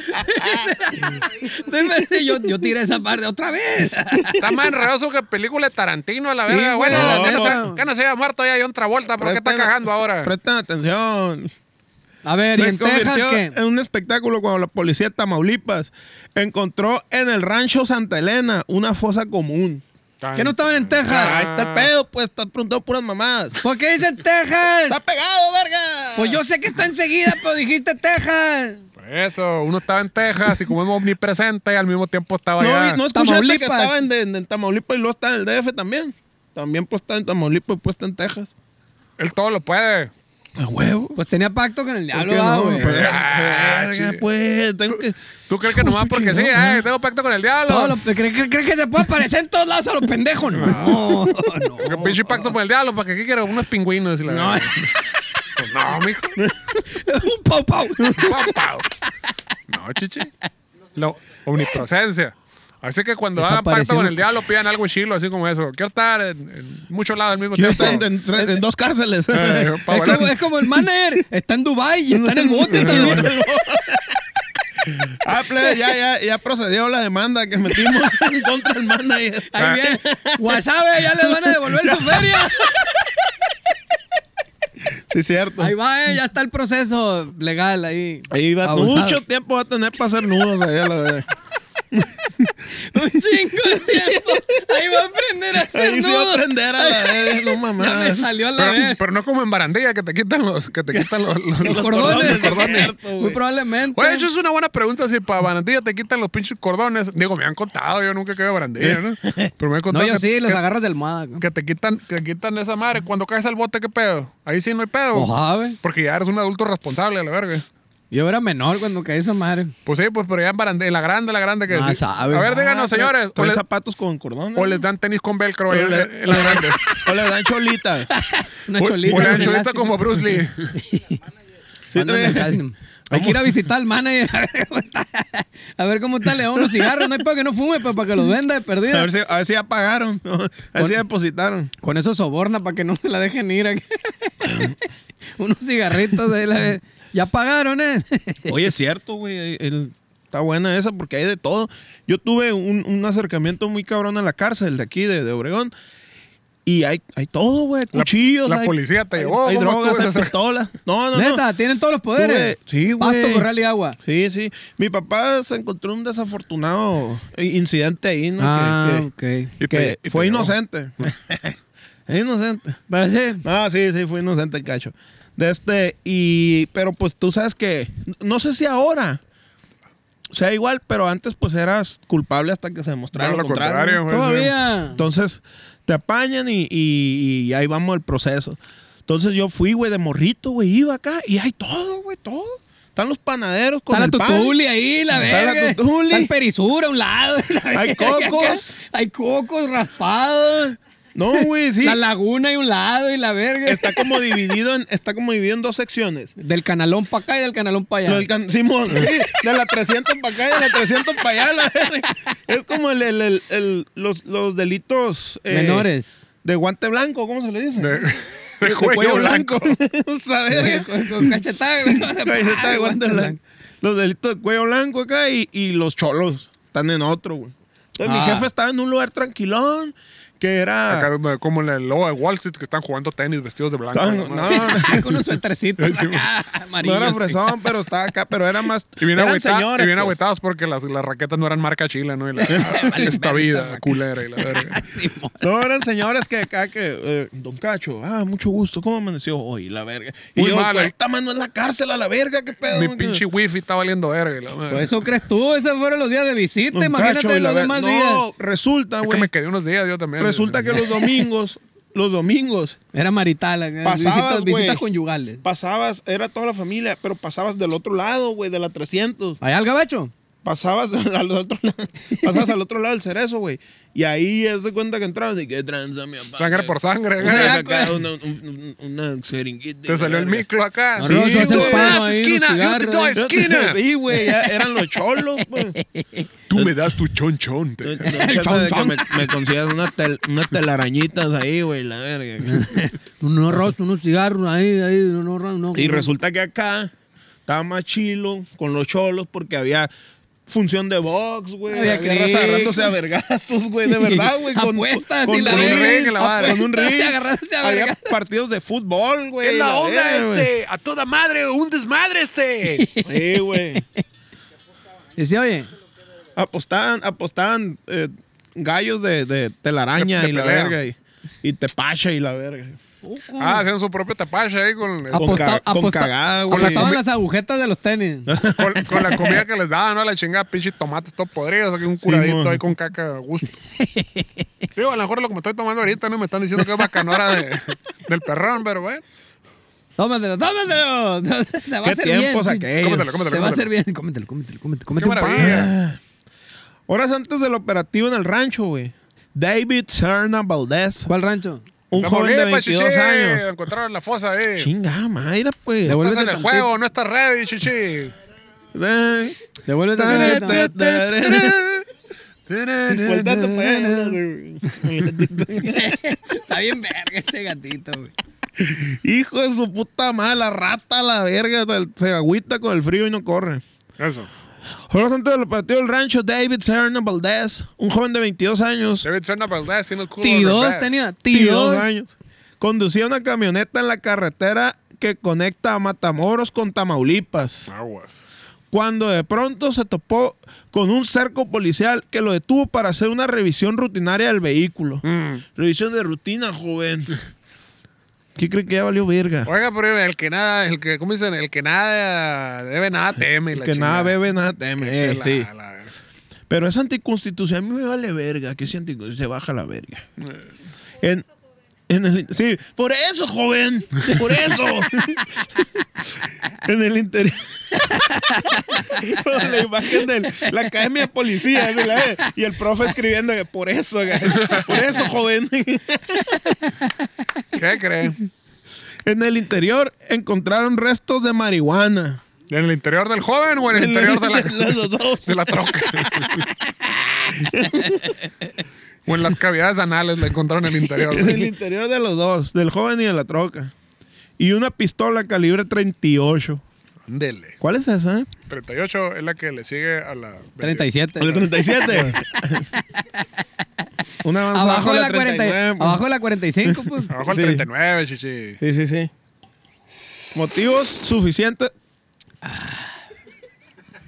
Speaker 4: equipo. De repente yo, yo tiré esa parte otra vez.
Speaker 2: Está más enredoso que película de Tarantino a la
Speaker 4: Sí,
Speaker 2: verga.
Speaker 4: güey,
Speaker 2: Bueno,
Speaker 4: no,
Speaker 2: que, no
Speaker 4: no.
Speaker 2: se, que no se haya muerto ya John Travolta, ¿por qué está
Speaker 3: Presten-
Speaker 2: cagando ahora?
Speaker 3: Presten atención.
Speaker 4: A ver, ¿y
Speaker 3: Se
Speaker 4: en Texas
Speaker 3: convirtió
Speaker 4: qué?
Speaker 3: en un espectáculo cuando la policía de Tamaulipas encontró en el rancho Santa Elena una fosa común.
Speaker 2: Tan-
Speaker 4: ¿Que no estaban en Texas?
Speaker 3: Ahí está el pedo, pues, estás preguntando puras mamadas.
Speaker 4: ¿Por qué dicen Texas?
Speaker 3: ¡Está pegado, verga!
Speaker 4: Pues yo sé que está enseguida, pero dijiste Texas.
Speaker 2: Por eso, uno estaba en Texas y como es omnipresente, al mismo tiempo estaba
Speaker 3: No,
Speaker 2: allá.
Speaker 3: vi- no escuchaste
Speaker 4: Tamaulipas.
Speaker 3: que estaba en, en- en Tamaulipas y luego está en el DF también. También, pues, está en Tamaulipas y pues, está en Texas.
Speaker 2: Él todo lo puede.
Speaker 3: ¡A huevo!
Speaker 4: Pues tenía pacto con
Speaker 3: ¿Por
Speaker 4: el diablo,
Speaker 3: qué
Speaker 4: va,
Speaker 3: no?
Speaker 4: güey.
Speaker 3: Pues,
Speaker 2: Ah,
Speaker 3: verga,
Speaker 2: chi-
Speaker 3: pues, tengo que...
Speaker 2: ¿Tú crees que nomás porque sí? Ay, tengo pacto con el diablo.
Speaker 4: Todo lo- ¿cree- cree- cree que se puede aparecer en todos lados a los pendejos? No, no.
Speaker 2: Porque pinche pacto con el diablo, ¿para que aquí quiero unos pingüinos? Y la
Speaker 4: No.
Speaker 2: verga. Pues no, mijo.
Speaker 4: Un pau pau.
Speaker 2: Pau, pau. No, chichi. La omnipresencia. Así que cuando hagan pacto
Speaker 4: Desaparecieron.
Speaker 2: con el diablo, pidan algo chilo, así como eso. Quiero estar en, en muchos lados al mismo
Speaker 3: Yo
Speaker 2: tiempo.
Speaker 3: estoy en, en tres- en dos cárceles.
Speaker 2: Eh, pa'
Speaker 4: Es
Speaker 2: volar.
Speaker 4: como, es como el manager. Está en Dubai y está en el bote también.
Speaker 3: Ah, plebe, ya, ya, ya procedió la demanda que metimos en contra del manager.
Speaker 4: Ahí viene. Wasabe, ya le van a devolver su feria.
Speaker 3: Sí, cierto.
Speaker 4: Ahí va, eh, ya está el proceso legal ahí.
Speaker 3: Ahí va,
Speaker 4: Abusado.
Speaker 3: mucho tiempo va a tener para hacer nudos ahí, a la verga.
Speaker 4: un chingo de tiempo. Ahí va a aprender a hacer
Speaker 3: Ahí se va a
Speaker 4: nudos.
Speaker 3: aprender a la verga, no
Speaker 4: Ya me
Speaker 3: mamás.
Speaker 4: salió a la
Speaker 2: Pero,
Speaker 4: vez.
Speaker 2: pero no como en barandilla que te quitan los, que te quitan los, los-
Speaker 4: Los
Speaker 2: los
Speaker 4: cordones,
Speaker 3: cordones,
Speaker 4: los cordones.
Speaker 3: cierto, güey.
Speaker 4: Muy probablemente.
Speaker 2: Oye, eso es una buena pregunta. Si para barandilla te quitan los pinches cordones. Digo, me han contado, yo nunca quedé barandilla, ¿no? Pero me han contado
Speaker 4: no, yo
Speaker 2: que,
Speaker 4: sí, los
Speaker 2: que-
Speaker 4: agarras de almohada.
Speaker 2: que te quitan, que quitan esa madre. Cuando caes al bote, ¿qué pedo? Ahí sí no hay pedo.
Speaker 4: Ojalá, güey.
Speaker 2: Porque ya eres un adulto responsable, a la verga.
Speaker 4: Yo era menor cuando caí esa madre.
Speaker 2: Pues sí, pues, pero ya en, barande- en la grande, la grande que
Speaker 4: Ah,
Speaker 2: sí.
Speaker 4: sabe.
Speaker 2: A ver, díganos,
Speaker 3: Ah,
Speaker 2: señores. O
Speaker 3: Traen
Speaker 2: les,
Speaker 3: zapatos con cordones.
Speaker 2: o les dan tenis con velcro ahí
Speaker 3: O
Speaker 2: en,
Speaker 3: le-
Speaker 2: en la grande.
Speaker 3: O le dan cholita.
Speaker 4: Una
Speaker 2: O-
Speaker 4: cholita.
Speaker 2: o le dan
Speaker 4: de
Speaker 2: cholita
Speaker 4: elástico.
Speaker 2: como Bruce Lee.
Speaker 3: Sí,
Speaker 4: Mándame
Speaker 3: trae-
Speaker 4: acá. Hay que ir a visitar al manager a ver cómo está, a ver cómo está León los cigarros. No hay para que no fume, pero para que los venda
Speaker 3: A
Speaker 4: de perdida.
Speaker 3: ver si, a ver si ya pagaron. ¿no? A ver si ya depositaron.
Speaker 4: Con eso soborna para que no se la dejen ir. acá. Unos cigarritos de la... Ya pagaron, ¿eh?
Speaker 3: Oye, es cierto, güey. eh, el- Está buena esa porque hay de todo. Yo tuve un, un acercamiento muy cabrón a la cárcel de aquí, de, de Obregón. Y hay, hay todo, güey.
Speaker 2: La-
Speaker 3: Cuchillos.
Speaker 2: la
Speaker 3: hay-
Speaker 2: policía te
Speaker 3: hay-
Speaker 2: llevó,
Speaker 3: Hay
Speaker 2: ¿cómo
Speaker 3: drogas,
Speaker 2: estuvo
Speaker 3: hay
Speaker 2: ese acerc-
Speaker 3: pistolas. No, no, no.
Speaker 4: Neta, tienen todos los poderes.
Speaker 3: Tuve- sí, güey.
Speaker 4: Pasto, corral y agua.
Speaker 3: Sí, sí. Mi papá se encontró un desafortunado incidente ahí, ¿no? Que-
Speaker 4: Ah,
Speaker 3: que,
Speaker 4: ok.
Speaker 2: Y
Speaker 3: que
Speaker 2: te- y te
Speaker 3: fue
Speaker 2: llevó.
Speaker 3: inocente. es inocente.
Speaker 4: Pero sí,
Speaker 3: Ah, sí, sí, fue inocente el cacho. De este, y, pero pues tú sabes que, no sé si ahora sea igual, pero antes pues eras culpable hasta que se demostrara
Speaker 2: Claro, lo
Speaker 3: lo contrario.
Speaker 2: contrario, güey.
Speaker 4: todavía.
Speaker 3: Entonces te apañan y, y- y ahí vamos el proceso. Entonces yo fui, güey, de morrito, güey, iba acá y hay todo, güey, todo. Están los panaderos con
Speaker 4: Está la
Speaker 3: el pan.
Speaker 4: tutuli ahí, la
Speaker 3: Está la
Speaker 4: verga.
Speaker 3: tutuli.
Speaker 4: Está el perisura a un lado. la
Speaker 3: Hay
Speaker 4: verga, acá.
Speaker 3: cocos.
Speaker 4: Hay cocos raspados.
Speaker 3: No, güey, sí.
Speaker 4: La laguna hay un lado y la verga.
Speaker 3: Está como dividido en, está como dividido en dos secciones.
Speaker 4: Del canalón para acá y del canalón para
Speaker 3: Lo
Speaker 4: allá.
Speaker 3: del can- Simón, sí, de la 300 para acá y de la 300 para allá. la verga. es como el, el- el- el- los, los delitos eh,
Speaker 4: Menores.
Speaker 3: de guante blanco, ¿cómo se le dice?
Speaker 2: De, de
Speaker 3: De
Speaker 2: cuello, blanco.
Speaker 3: Esa verga.
Speaker 4: Con, con cachetada, güey.
Speaker 3: Camiseta de guante
Speaker 4: Ay, guante
Speaker 3: blanco. Los delitos de cuello blanco acá y, y los cholos están en otro, güey. Entonces,
Speaker 4: Ah.
Speaker 3: mi jefe estaba en un lugar tranquilón que era.
Speaker 2: Acá donde- como en el lobo de Wall Street que están jugando tenis vestidos de
Speaker 4: Ah,
Speaker 2: blanco.
Speaker 3: Estaban-
Speaker 2: la
Speaker 3: no,
Speaker 2: madre.
Speaker 4: blanco. Con unos suetercitos
Speaker 2: Sí,
Speaker 4: acá,
Speaker 3: no
Speaker 4: amarillos.
Speaker 3: era fresón, pero estaba acá, pero era más.
Speaker 2: Y bien,
Speaker 3: eran
Speaker 2: agüita-
Speaker 3: señores,
Speaker 2: y bien
Speaker 3: pues.
Speaker 2: agüitados porque las, las raquetas no eran marca chila, ¿no? Y la- esta vida culera y la verga.
Speaker 4: Simón.
Speaker 3: No, eran señores que acá que, eh, don Cacho, ah, mucho gusto, ¿cómo amaneció hoy? La verga. Y
Speaker 2: Muy
Speaker 3: yo,
Speaker 2: mal,
Speaker 3: pues,
Speaker 2: eh.
Speaker 3: esta mano es la cárcel a la verga, qué pedo.
Speaker 2: Mi pinche wifi está valiendo verga. y la madre.
Speaker 4: Pues eso crees tú, esos fueron los días de visita,
Speaker 3: Don Cacho
Speaker 4: imagínate
Speaker 3: y la
Speaker 4: los
Speaker 3: ver-
Speaker 4: demás días.
Speaker 3: No, resulta,
Speaker 2: Es que me
Speaker 3: güey.
Speaker 2: quedé unos días yo también.
Speaker 3: Resulta que los domingos, los domingos,
Speaker 4: Era marital, acá,
Speaker 3: Pasabas,
Speaker 4: visitas, visitas
Speaker 3: güey.
Speaker 4: conyugales.
Speaker 3: pasabas, era toda la familia, pero pasabas del otro lado, güey, de la 300.
Speaker 4: ¿Allá el gabacho?
Speaker 3: Pasabas al al otro lado, pasabas al otro lado del cerezo, güey. Y ahí es de cuenta que entrabas y qué tranza, mi papá.
Speaker 2: Sangre por sangre.
Speaker 3: Una,
Speaker 2: güey.
Speaker 3: sacada, una, un- un- una jeringuita y
Speaker 2: Te
Speaker 3: la
Speaker 2: salió el
Speaker 3: verga.
Speaker 2: micro acá.
Speaker 4: No,
Speaker 2: Sí,
Speaker 4: no,
Speaker 2: güey.
Speaker 4: se hace
Speaker 2: Tú me
Speaker 4: palo
Speaker 2: das
Speaker 4: ahí, los
Speaker 2: esquina. Yo te
Speaker 4: cigarros,
Speaker 2: doy
Speaker 4: ahí.
Speaker 2: esquina.
Speaker 3: eh. Sí, güey, ya eran los cholos, pues. güey.
Speaker 2: Tú me das tu chonchón. te-
Speaker 3: No, no, chance de que me, me consigas unas tel- unas telarañitas ahí, güey, la verga.
Speaker 4: Unos arroz, unos cigarros ahí, ahí, unos arroz, no.
Speaker 3: Y resulta que acá estaba más chilo con los cholos porque había función de box, güey.
Speaker 4: Había
Speaker 3: Había, raza
Speaker 4: cric.
Speaker 3: agarrándose a vergazos, güey, de verdad, güey. Con,
Speaker 4: Apuestas
Speaker 3: con,
Speaker 4: y la
Speaker 3: con un
Speaker 2: verga.
Speaker 3: ring,
Speaker 2: la madre.
Speaker 3: con un ring.
Speaker 4: Apuestas y agarrarse a
Speaker 3: Había
Speaker 4: vergazos.
Speaker 3: partidos de fútbol, güey.
Speaker 2: Es la onda
Speaker 3: verga, güey.
Speaker 2: ese. A toda madre. Un desmadre ese.
Speaker 3: Sí, güey.
Speaker 4: Decía, oye,
Speaker 3: Apostaban, apostaban eh, gallos de, de telaraña
Speaker 2: De
Speaker 3: y la
Speaker 2: pelea.
Speaker 3: verga. Y, y tepacha y la verga.
Speaker 2: Ah, hacían su propio tapache ahí con...
Speaker 3: Con
Speaker 4: Aposta-
Speaker 3: ca- con
Speaker 4: aposta-
Speaker 3: cagada, güey.
Speaker 4: Cortaban las agujetas de los tenis.
Speaker 2: Con, con la comida que les daban, ¿no? La chingada, pinche tomates todo podridos, aquí un curadito
Speaker 3: mon.
Speaker 2: ahí con caca a gusto. Digo, a lo mejor lo que me estoy tomando ahorita no me están diciendo que es bacanora de- del perrón, pero bueno.
Speaker 4: Tómatelo, tómatelo. Te va a
Speaker 3: ¿Qué
Speaker 4: hacer bien.
Speaker 3: tiempos
Speaker 4: sí.
Speaker 3: aquellos?
Speaker 2: Cómetelo, cómetelo,
Speaker 4: Te va a
Speaker 2: cómetelo.
Speaker 4: hacer bien. Cómetelo, cómetelo, cómetelo.
Speaker 2: Qué
Speaker 4: Cómete un pan.
Speaker 2: maravilla.
Speaker 3: Horas antes del operativo en el rancho, güey. David Serna Valdés,
Speaker 4: ¿Cuál rancho?
Speaker 3: un
Speaker 2: La
Speaker 3: joven de
Speaker 2: Molipa,
Speaker 3: 22
Speaker 2: chichi,
Speaker 3: años.
Speaker 2: Encontraron la fosa ahí.
Speaker 3: Chinga, madre, pues.
Speaker 4: De vuelta.
Speaker 2: Estás en el
Speaker 4: Devuélvete
Speaker 2: juego, no estás ready, chichi.
Speaker 3: Eh.
Speaker 4: Devuélvete.
Speaker 3: Tarara,
Speaker 4: tantito.
Speaker 3: tarara. Volteate pa' allá, güey.
Speaker 4: Está bien verga ese gatito, güey.
Speaker 3: Hijo de su puta madre, la rata, la verga. Se agüita con el frío y no corre.
Speaker 2: Eso.
Speaker 3: Horas antes del operativo del rancho, David Serna Valdés, un joven de 22 años.
Speaker 2: David Serna Valdez tiene el culo.
Speaker 4: T2
Speaker 2: reverse.
Speaker 4: tenía.
Speaker 3: 22
Speaker 4: T2.
Speaker 3: años. Conducía una
Speaker 2: Ah.
Speaker 3: camioneta en la carretera que conecta a Matamoros con Tamaulipas.
Speaker 2: Aguas.
Speaker 3: cuando de pronto se topó con un cerco policial que lo detuvo para hacer una revisión rutinaria del vehículo.
Speaker 2: Mm.
Speaker 3: Revisión de rutina, joven. ¿Qué cree que ya valió verga?
Speaker 2: Oiga, pero el que nada, el que, ¿cómo dicen? El que nada debe, nada teme. y la
Speaker 3: que nada
Speaker 2: chingada.
Speaker 3: bebe, nada teme.
Speaker 2: Que
Speaker 3: Eh,
Speaker 2: la-
Speaker 3: sí.
Speaker 2: la verga.
Speaker 3: Pero es anticonstitucional. A mí me vale verga. Que es anticonstitucional. Se baja la verga. En, en el, sí, por eso, joven. Por eso. en el interior. la imagen de la academia de policía. de la- y el profe escribiendo que por eso, por eso, joven.
Speaker 2: ¿Qué creen?
Speaker 3: en el interior encontraron restos de marihuana.
Speaker 2: ¿En el interior del joven o en el interior de la, de
Speaker 3: los dos.
Speaker 2: la troca? o en las cavidades anales la encontraron en el interior.
Speaker 3: En el interior de los dos, del joven y de la troca. Y una pistola calibre 38.
Speaker 2: Ándele.
Speaker 3: ¿Cuál es esa? eh?
Speaker 2: 38 es la que le sigue a la...
Speaker 4: 37.
Speaker 3: ¿O la 37? una avanza
Speaker 4: Abajo de la
Speaker 3: 39,
Speaker 4: 40,
Speaker 3: pues.
Speaker 4: abajo de la 45, pues.
Speaker 2: Abajo el
Speaker 3: Sí.
Speaker 2: 39, chichi.
Speaker 3: Sí, sí, sí. Motivos suficientes.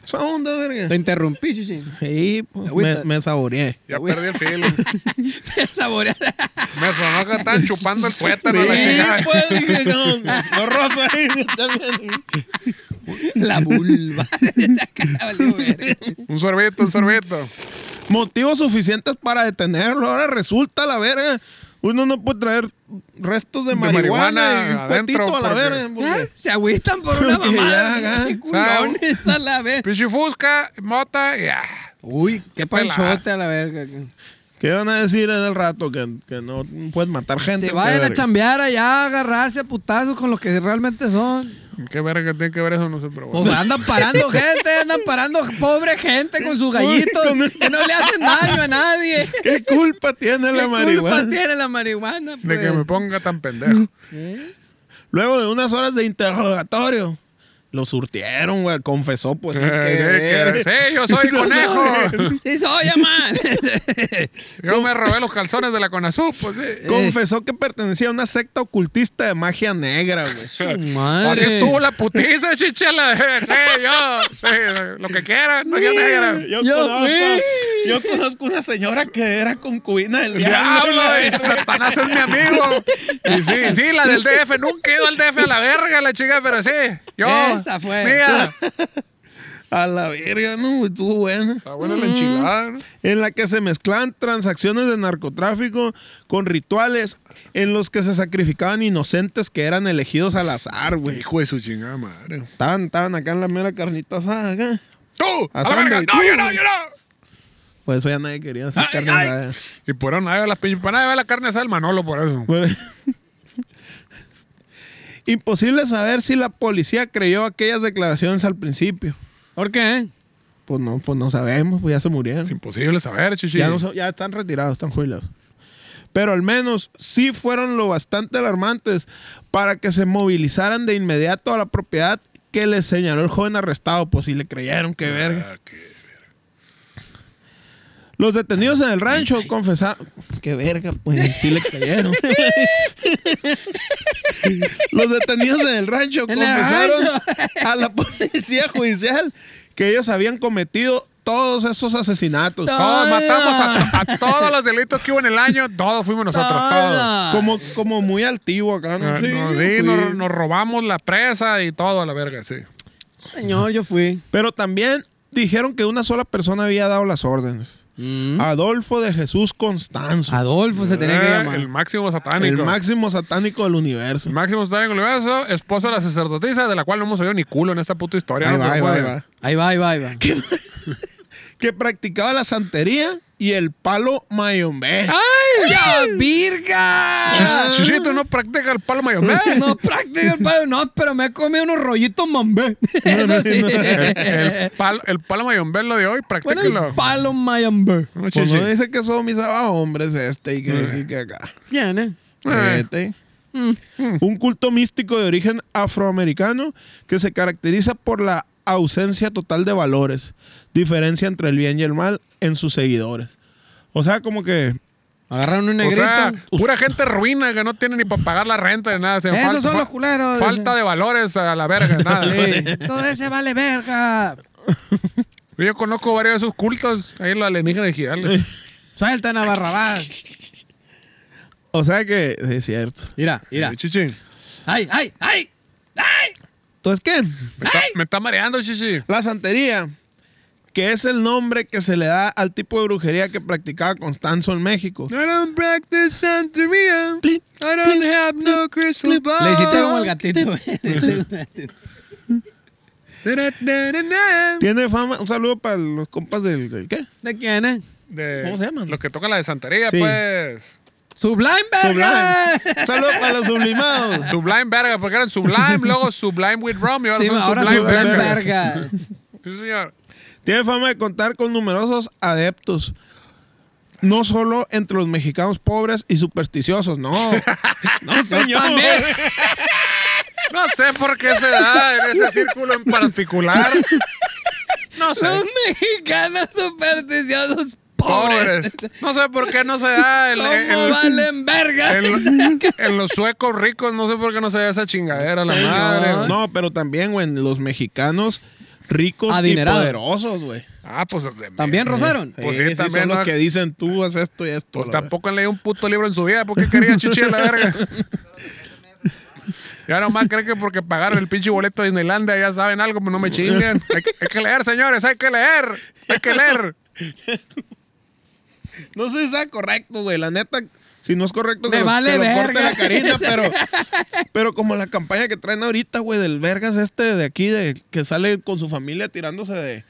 Speaker 3: Son de verga.
Speaker 4: Te interrumpí, chichi.
Speaker 3: Sí, pues, me,
Speaker 4: Agüita.
Speaker 3: me saboreé.
Speaker 2: Ya
Speaker 4: güey.
Speaker 2: perdí el feeling.
Speaker 4: Saboreada.
Speaker 2: Me sonó que estaban chupando el tuétano a la
Speaker 3: Sí,
Speaker 2: chingada.
Speaker 3: pues, dije, no, no rosa ahí, también.
Speaker 4: La vulva. Esa valió verga.
Speaker 3: pues.
Speaker 2: Un sorbito, un sorbito.
Speaker 3: motivos suficientes para detenerlo. Ahora resulta la verga. Uno no puede traer restos de, marihuana,
Speaker 2: marihuana
Speaker 3: y un
Speaker 2: adentro,
Speaker 3: cuetito a la
Speaker 2: porque-
Speaker 3: verga.
Speaker 4: Ah,
Speaker 3: porque-
Speaker 4: Se agüitan por una
Speaker 3: Porque
Speaker 4: mamada.
Speaker 3: ya, ya.
Speaker 4: Qué culones a la verga.
Speaker 2: Pichifusca, mota y ah.
Speaker 4: Uy, qué panchote a la verga.
Speaker 3: ¿Qué van a decir en el rato? Que, que no puedes matar gente.
Speaker 4: Se vayan a
Speaker 3: verga.
Speaker 4: chambear allá, a agarrarse a putazos con los que realmente son.
Speaker 2: ¿Qué verga tiene que ver eso? No sé, pero bueno.
Speaker 4: Pues andan parando gente, andan parando pobre gente con sus gallitos
Speaker 3: Uy, con-
Speaker 4: que no le hacen daño a nadie.
Speaker 3: ¿Qué culpa tiene
Speaker 4: ¿Qué
Speaker 3: la
Speaker 4: culpa
Speaker 3: marihuana?
Speaker 4: tiene la marihuana?
Speaker 2: De que
Speaker 4: pues?
Speaker 2: me ponga tan pendejo.
Speaker 3: Luego de unas horas de interrogatorio, lo surtieron, güey. Confesó, pues.
Speaker 2: Eh,
Speaker 3: que
Speaker 2: que-
Speaker 3: eres.
Speaker 2: Sí, yo soy conejo.
Speaker 4: Sí, soy amán.
Speaker 2: Yo me robé los calzones de la Conazup, pues sí.
Speaker 3: Confesó que pertenecía a una secta ocultista de magia negra, güey.
Speaker 4: madre.
Speaker 2: Así estuvo la putiza, chichela. Sí, yo, sí, lo que quieran, no negra.
Speaker 3: Yo,
Speaker 4: Yo
Speaker 3: conozco,
Speaker 4: fui.
Speaker 3: yo conozco una señora que era concubina del diablo.
Speaker 2: Diablo,
Speaker 3: la
Speaker 2: y
Speaker 3: verga.
Speaker 2: Satanás es mi amigo. Y sí, sí, la del DF. Nunca he ido al DF a la verga, la chica, pero sí. Yo,
Speaker 4: Esa fue.
Speaker 2: Mira.
Speaker 3: A la verga, no, güey, estuvo buena.
Speaker 2: Está buena la enchilada, ¿no?
Speaker 3: En la que se mezclan transacciones de narcotráfico con rituales en los que se sacrificaban inocentes que eran elegidos al azar, güey.
Speaker 2: Hijo de su chingada madre.
Speaker 3: Estaban, estaban acá en la mera carnita asada ¿eh? acá.
Speaker 2: ¡Tú! ¡A la
Speaker 3: Asando
Speaker 2: verga!
Speaker 3: y
Speaker 2: ¡No,
Speaker 3: tú.
Speaker 2: yo no, yo no!
Speaker 3: Pues eso ya nadie quería hacer
Speaker 2: Ay,
Speaker 3: carne
Speaker 2: ay.
Speaker 3: asada.
Speaker 2: Y por ahí va la pinche. Para nada va la carne asada al Manolo, por eso.
Speaker 3: Bueno, Imposible saber si la policía creyó aquellas declaraciones al principio.
Speaker 4: ¿Por qué?
Speaker 3: Pues no, pues no sabemos, pues ya se murieron.
Speaker 2: Es imposible saber, chichi.
Speaker 3: Ya, no so- ya están retirados, están jubilados. Pero al menos sí fueron lo bastante alarmantes para que se movilizaran de inmediato a la propiedad que les señaló el joven arrestado. Pues si le creyeron, que verga.
Speaker 2: Ah, qué verga.
Speaker 3: Los detenidos en el rancho confesaron. Qué verga, pues sí le creyeron. Los detenidos en el rancho
Speaker 4: En el
Speaker 3: confesaron
Speaker 4: rancho.
Speaker 3: a la policía judicial que ellos habían cometido todos esos asesinatos.
Speaker 2: Todos
Speaker 4: Ay,
Speaker 2: matamos a, a todos los delitos que hubo en el año. Todos fuimos nosotros, todos.
Speaker 4: Toda.
Speaker 3: Como, como muy altivo acá, ¿no?
Speaker 2: Ah,
Speaker 3: Sí,
Speaker 2: nos,
Speaker 3: yo
Speaker 2: di,
Speaker 3: fui.
Speaker 2: nos- nos robamos la presa y todo a la verga, sí.
Speaker 4: Señor, yo fui.
Speaker 3: Pero también dijeron que una sola persona había dado las órdenes.
Speaker 4: Mm.
Speaker 3: Adolfo de Jesús Constanzo,
Speaker 4: Adolfo se tenía que
Speaker 2: Eh,
Speaker 4: llamar.
Speaker 2: El máximo satánico.
Speaker 3: el máximo satánico del universo.
Speaker 2: El máximo satánico del universo, esposo de la sacerdotisa, de la cual no hemos oído ni culo en esta puta historia.
Speaker 3: Ahí
Speaker 2: ¿no?
Speaker 3: va,
Speaker 2: Pero
Speaker 3: ahí va,
Speaker 2: bueno.
Speaker 3: ahí va.
Speaker 4: Ahí va, ahí va, ahí va.
Speaker 3: Que practicaba la santería y el palo mayombe.
Speaker 4: ¡Ay! ¡Ya, virga!
Speaker 2: Chis- Chichito no practica el palo mayomé.
Speaker 4: No practico el palo, no, pero me he comido unos rollitos mambé. Eso sí.
Speaker 2: El, el palo, el palo mayombe es lo de hoy,
Speaker 4: Bueno,
Speaker 2: practíquelo.
Speaker 4: el palo mayambé.
Speaker 2: No,
Speaker 3: Pues
Speaker 2: chichi.
Speaker 3: no dice que son mis hombres este y que, y que acá.
Speaker 4: Bien, ¿eh?
Speaker 2: Eh.
Speaker 3: Este. Un culto místico de origen afroamericano que se caracteriza por la ausencia total de valores, diferencia entre el bien y el mal en sus seguidores. O sea, como que
Speaker 4: Agarraron un
Speaker 2: O
Speaker 4: negrito.
Speaker 2: sea, pura gente ruina que no tiene ni para pagar la renta ni nada. Se
Speaker 4: Esos
Speaker 2: falta-
Speaker 4: son
Speaker 2: fa-
Speaker 4: los culeros.
Speaker 2: Falta de valores a la verga, nada.
Speaker 4: Sí. Todo ese vale verga.
Speaker 2: Yo conozco varios de esos cultos ahí en la alienígena de Gidales.
Speaker 4: Sueltan a Barrabás.
Speaker 3: O sea que, sí, es cierto.
Speaker 4: Mira, mira.
Speaker 2: Chichi,
Speaker 4: ¡Ay, ay, ay! ¡Ay!
Speaker 3: Entonces, ¿qué?
Speaker 2: me está,
Speaker 4: ¡Ay!
Speaker 2: me está mareando, Chichi.
Speaker 3: La santería, que es el nombre que se le da al tipo de brujería que practicaba Constanzo en México.
Speaker 2: I don't practice Santería. I don't have no crystal ball.
Speaker 4: Le hiciste como el gatito. güey.
Speaker 3: Tiene fama. Un saludo para los compas del, del ¿qué?
Speaker 4: ¿De quién eh? es?
Speaker 2: De-
Speaker 3: ¿Cómo se llaman?
Speaker 2: Los que tocan la de Santería,
Speaker 3: Sí.
Speaker 2: pues.
Speaker 4: ¡Sublime, verga!
Speaker 3: Sublime. Un saludo para los sublimados.
Speaker 2: Sublime verga, porque eran Sublime, luego Sublime with Rum y ahora
Speaker 4: Sí,
Speaker 2: son
Speaker 4: ahora
Speaker 2: Sublime,
Speaker 4: Sublime,
Speaker 2: verga.
Speaker 4: verga.
Speaker 2: Sí, señor.
Speaker 3: Tiene fama de contar con numerosos adeptos. No solo entre los mexicanos pobres y supersticiosos, no. No, señor.
Speaker 4: también.
Speaker 2: No sé por qué se da en ese círculo en particular. No sé.
Speaker 4: Son mexicanos supersticiosos pobres.
Speaker 2: pobres. No sé por qué no se da en,
Speaker 4: ¿Cómo
Speaker 2: en- en-
Speaker 4: valen verga?
Speaker 2: en- en los suecos ricos. No sé por qué no se da esa chingadera, la
Speaker 4: Señor.
Speaker 2: madre. güey.
Speaker 3: No, pero también, güey, los mexicanos ricos y
Speaker 4: Adinerados.
Speaker 3: poderosos, güey.
Speaker 2: Ah, pues. de-
Speaker 4: ¿También rozaron?
Speaker 2: Pues sí,
Speaker 3: Sí, sí,
Speaker 2: también,
Speaker 3: son
Speaker 2: ¿no?
Speaker 3: los que dicen tú haz esto y esto.
Speaker 2: Pues
Speaker 3: la
Speaker 2: tampoco han leído un puto libro en su vida. ¿Por qué quería chichi a la verga? Ya nomás creen que porque pagaron el pinche boleto de Disneylandia ya saben algo, pues no me chinguen. Hay, que- hay que leer, señores, hay que leer. Hay que leer.
Speaker 3: verdad. No sé si sea correcto, güey. La neta, si no es correcto,
Speaker 4: Me
Speaker 3: que, lo-
Speaker 4: vale
Speaker 3: que lo, corte
Speaker 4: verga.
Speaker 3: la carita, pero, pero como la campaña que traen ahorita, güey, del vergas este de aquí, de que sale con su familia tirándose de.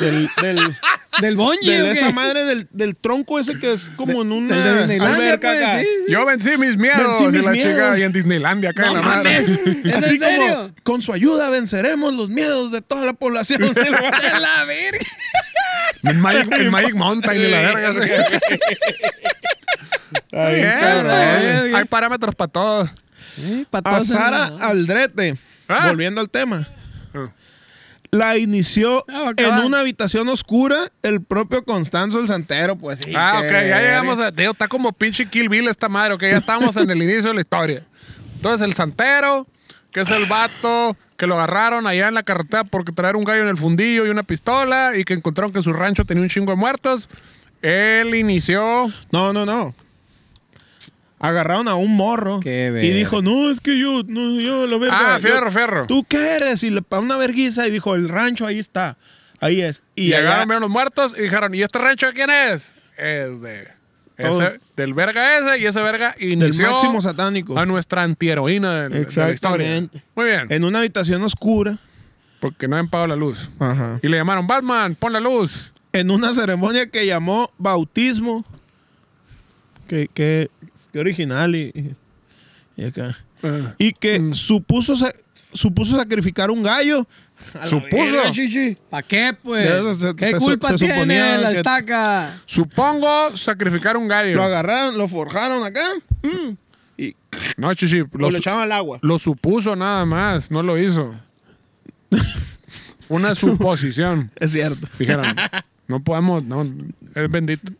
Speaker 3: Del, del,
Speaker 4: ¿Del Bonji
Speaker 3: del-
Speaker 4: o
Speaker 3: esa
Speaker 4: qué?
Speaker 3: madre del, del tronco ese que es como en una
Speaker 4: Del de Disneylandia,
Speaker 3: alberca
Speaker 4: pues,
Speaker 3: acá.
Speaker 4: sí, sí.
Speaker 2: Yo vencí mis miedos
Speaker 3: Vencí mis
Speaker 2: y la
Speaker 3: miedos.
Speaker 2: chica y en Disneylandia acá
Speaker 4: No
Speaker 2: en la madre.
Speaker 4: mames. ¿Es
Speaker 3: Así
Speaker 4: en serio?
Speaker 3: como, con su ayuda venceremos los miedos de toda la población.
Speaker 4: ¡De la verga!
Speaker 2: En Magic, en Magic Mountain y la verga. sí.
Speaker 3: Ay,
Speaker 2: Bien,
Speaker 3: cabrón.
Speaker 2: bien. Hay parámetros para todo.
Speaker 3: A Sara Aldrete,
Speaker 2: Ah.
Speaker 3: volviendo al tema.
Speaker 2: Ah.
Speaker 3: La inició
Speaker 4: Ah, va
Speaker 3: en
Speaker 4: a acabar.
Speaker 3: una habitación oscura el propio Constanzo el Santero, pues sí.
Speaker 2: Ah, ok,
Speaker 3: que-
Speaker 2: ya llegamos a. Digo, está como pinche Kill Bill esta madre, ok, ya estamos en el inicio de la historia. Entonces, el santero, que es el vato que lo agarraron allá en la carretera porque traer un gallo en el fundillo y una pistola y que encontraron que su rancho tenía un chingo de muertos. Él inició.
Speaker 3: No, no, no. Agarraron a un morro
Speaker 4: Qué
Speaker 3: y
Speaker 4: verga.
Speaker 3: dijo, no, es que yo, no, yo la verga.
Speaker 2: Ah, fierro, fierro.
Speaker 3: yo- ¿Tú qué eres? Y le pagó una verguiza y dijo, el rancho ahí está, ahí es. Y allá,
Speaker 2: llegaron, vieron los muertos y dijeron: ¿Y este rancho de quién es? Es de.
Speaker 3: Todos.
Speaker 2: ese- del verga ese y ese verga
Speaker 3: del
Speaker 2: inició
Speaker 3: máximo satánico.
Speaker 2: a nuestra antiheroína de, de la historia.
Speaker 3: Exactamente.
Speaker 2: Muy bien.
Speaker 3: En una habitación oscura.
Speaker 2: Porque no han pagado la luz.
Speaker 3: Ajá.
Speaker 2: Y le llamaron, Batman, pon la luz.
Speaker 3: en una ceremonia que llamó bautismo. Que, que, que original y, y- y acá. Y que
Speaker 4: Mm.
Speaker 3: supuso, sa- supuso sacrificar un gallo.
Speaker 2: Supuso.
Speaker 4: ¿Para qué,
Speaker 3: Ya,
Speaker 4: pues?
Speaker 3: se- se-
Speaker 4: ¿Qué
Speaker 3: se-
Speaker 4: culpa
Speaker 3: se
Speaker 4: tiene
Speaker 3: suponía
Speaker 4: la
Speaker 3: que-
Speaker 4: estaca?
Speaker 2: Supongo sacrificar un
Speaker 3: Lo
Speaker 2: gallo.
Speaker 3: agarraron, lo forjaron acá. mm, Y
Speaker 2: No, chichi, lo,
Speaker 3: lo
Speaker 2: su-
Speaker 3: echaban al agua.
Speaker 2: lo supuso nada más, no lo hizo. Fue una suposición,
Speaker 3: Es cierto.
Speaker 2: dijeron. No podemos, no, es bendito.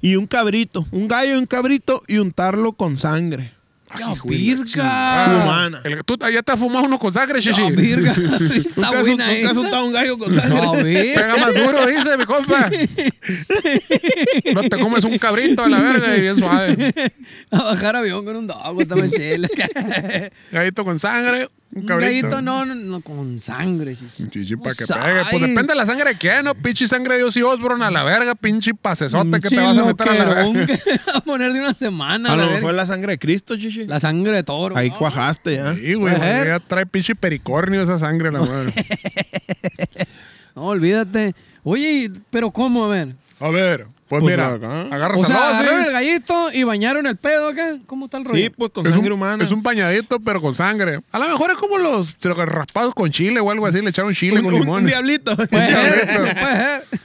Speaker 3: Y un cabrito. Un gallo, un cabrito y untarlo con sangre.
Speaker 2: Ay,
Speaker 4: ¡Ya,
Speaker 2: hijo de la
Speaker 4: virga!
Speaker 2: chingada.
Speaker 3: Humana.
Speaker 2: Ah, El- ¿Tú ya te has fumado uno con sangre, chichi?
Speaker 4: Ah. ¡Ya, virga! Está
Speaker 3: Nunca has
Speaker 4: buena
Speaker 3: nunca has
Speaker 4: esa.
Speaker 3: untado un gallo con sangre.
Speaker 4: ¡No, virga!
Speaker 2: Pega más duro, dice mi compa. No te comes un cabrito a la verga y bien suave.
Speaker 4: A bajar avión con un dog, está más chela.
Speaker 2: Gallito con sangre, un
Speaker 4: Un
Speaker 2: cabrito.
Speaker 4: gallito no, no, no, con sangre. chis.
Speaker 2: Chichi, para
Speaker 4: Pues
Speaker 2: que pegue. Pues
Speaker 4: ay.
Speaker 2: depende de la sangre de quién, ¿no? Pinche sangre de Dios y Osborne a la verga, pinche pasesote que te vas a meter a la
Speaker 4: Chiloquerón
Speaker 2: verga.
Speaker 4: que va a poner de una semana.
Speaker 3: A
Speaker 4: la
Speaker 3: lo
Speaker 4: verga.
Speaker 3: mejor la sangre de Cristo, chichi.
Speaker 4: La sangre de toro.
Speaker 3: Ahí
Speaker 4: ¿no?
Speaker 3: cuajaste ya.
Speaker 2: Sí, güey,
Speaker 4: Ajá.
Speaker 2: güey, ya trae pinche pericornio esa sangre, la madre.
Speaker 4: No, olvídate. Oye, pero ¿cómo? A ver.
Speaker 2: A ver, pues,
Speaker 3: Pues
Speaker 2: mira,
Speaker 3: acá.
Speaker 2: agarras
Speaker 4: O sea,
Speaker 2: a dos,
Speaker 4: agarraron el
Speaker 2: ¿eh?
Speaker 4: gallito y bañaron el pedo acá. ¿Cómo está el rollo?
Speaker 3: Sí, pues con
Speaker 2: Es
Speaker 3: sangre
Speaker 2: un,
Speaker 3: humana.
Speaker 2: es un bañadito, pero con sangre. A lo mejor es como los los raspados con chile o algo así, le echaron chile
Speaker 3: Un-
Speaker 2: con
Speaker 3: un-
Speaker 2: limón.
Speaker 3: un diablito.
Speaker 4: Puede ser,
Speaker 2: Ahorita.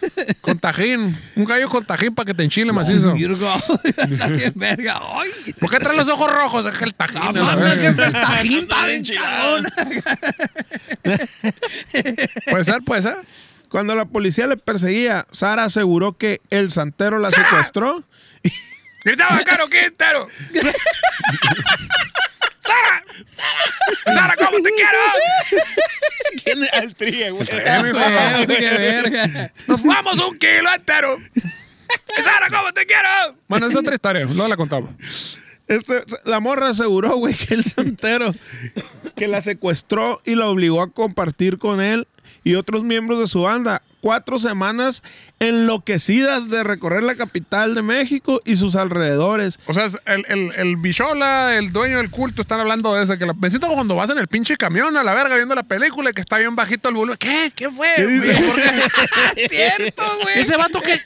Speaker 4: puede ser.
Speaker 2: Con tajín. Un gallo con tajín para que te enchile macizo.
Speaker 4: Virgo, está bien verga. Ay,
Speaker 2: ¿Por qué traes los ojos rojos? Es que el tajín. a la
Speaker 4: mamá,
Speaker 2: verga.
Speaker 4: que el tajín está bien cabrón.
Speaker 2: Puede ser, puede ser.
Speaker 3: Cuando la policía le perseguía, Sara aseguró que el santero la secuestró.
Speaker 2: Gritaba Caro Quintero. ¡Sara! ¡Sara! ¡Sara, cómo te quiero!
Speaker 3: ¿Quién es?
Speaker 5: el tri, güey.
Speaker 2: Eh, mijo.
Speaker 4: Güey, qué verga.
Speaker 2: Nos vamos un kilo entero. Sara, ¿cómo te quiero? Bueno, es otra historia. Luego la contamos.
Speaker 3: Este, la morra aseguró, güey, que el santero que la secuestró y la obligó a compartir con él y otros miembros de su banda cuatro semanas enloquecidas de recorrer la capital de México y sus alrededores.
Speaker 2: O sea, es el, el, el bichola, el dueño del culto, están hablando de eso. Que la- me siento como cuando vas en el pinche camión a la verga viendo la película y que está bien bajito el volumen. ¿Qué? ¿Qué fue? güey? ¿Por qué?
Speaker 4: Ah, Cierto, güey.
Speaker 2: Ese vato que...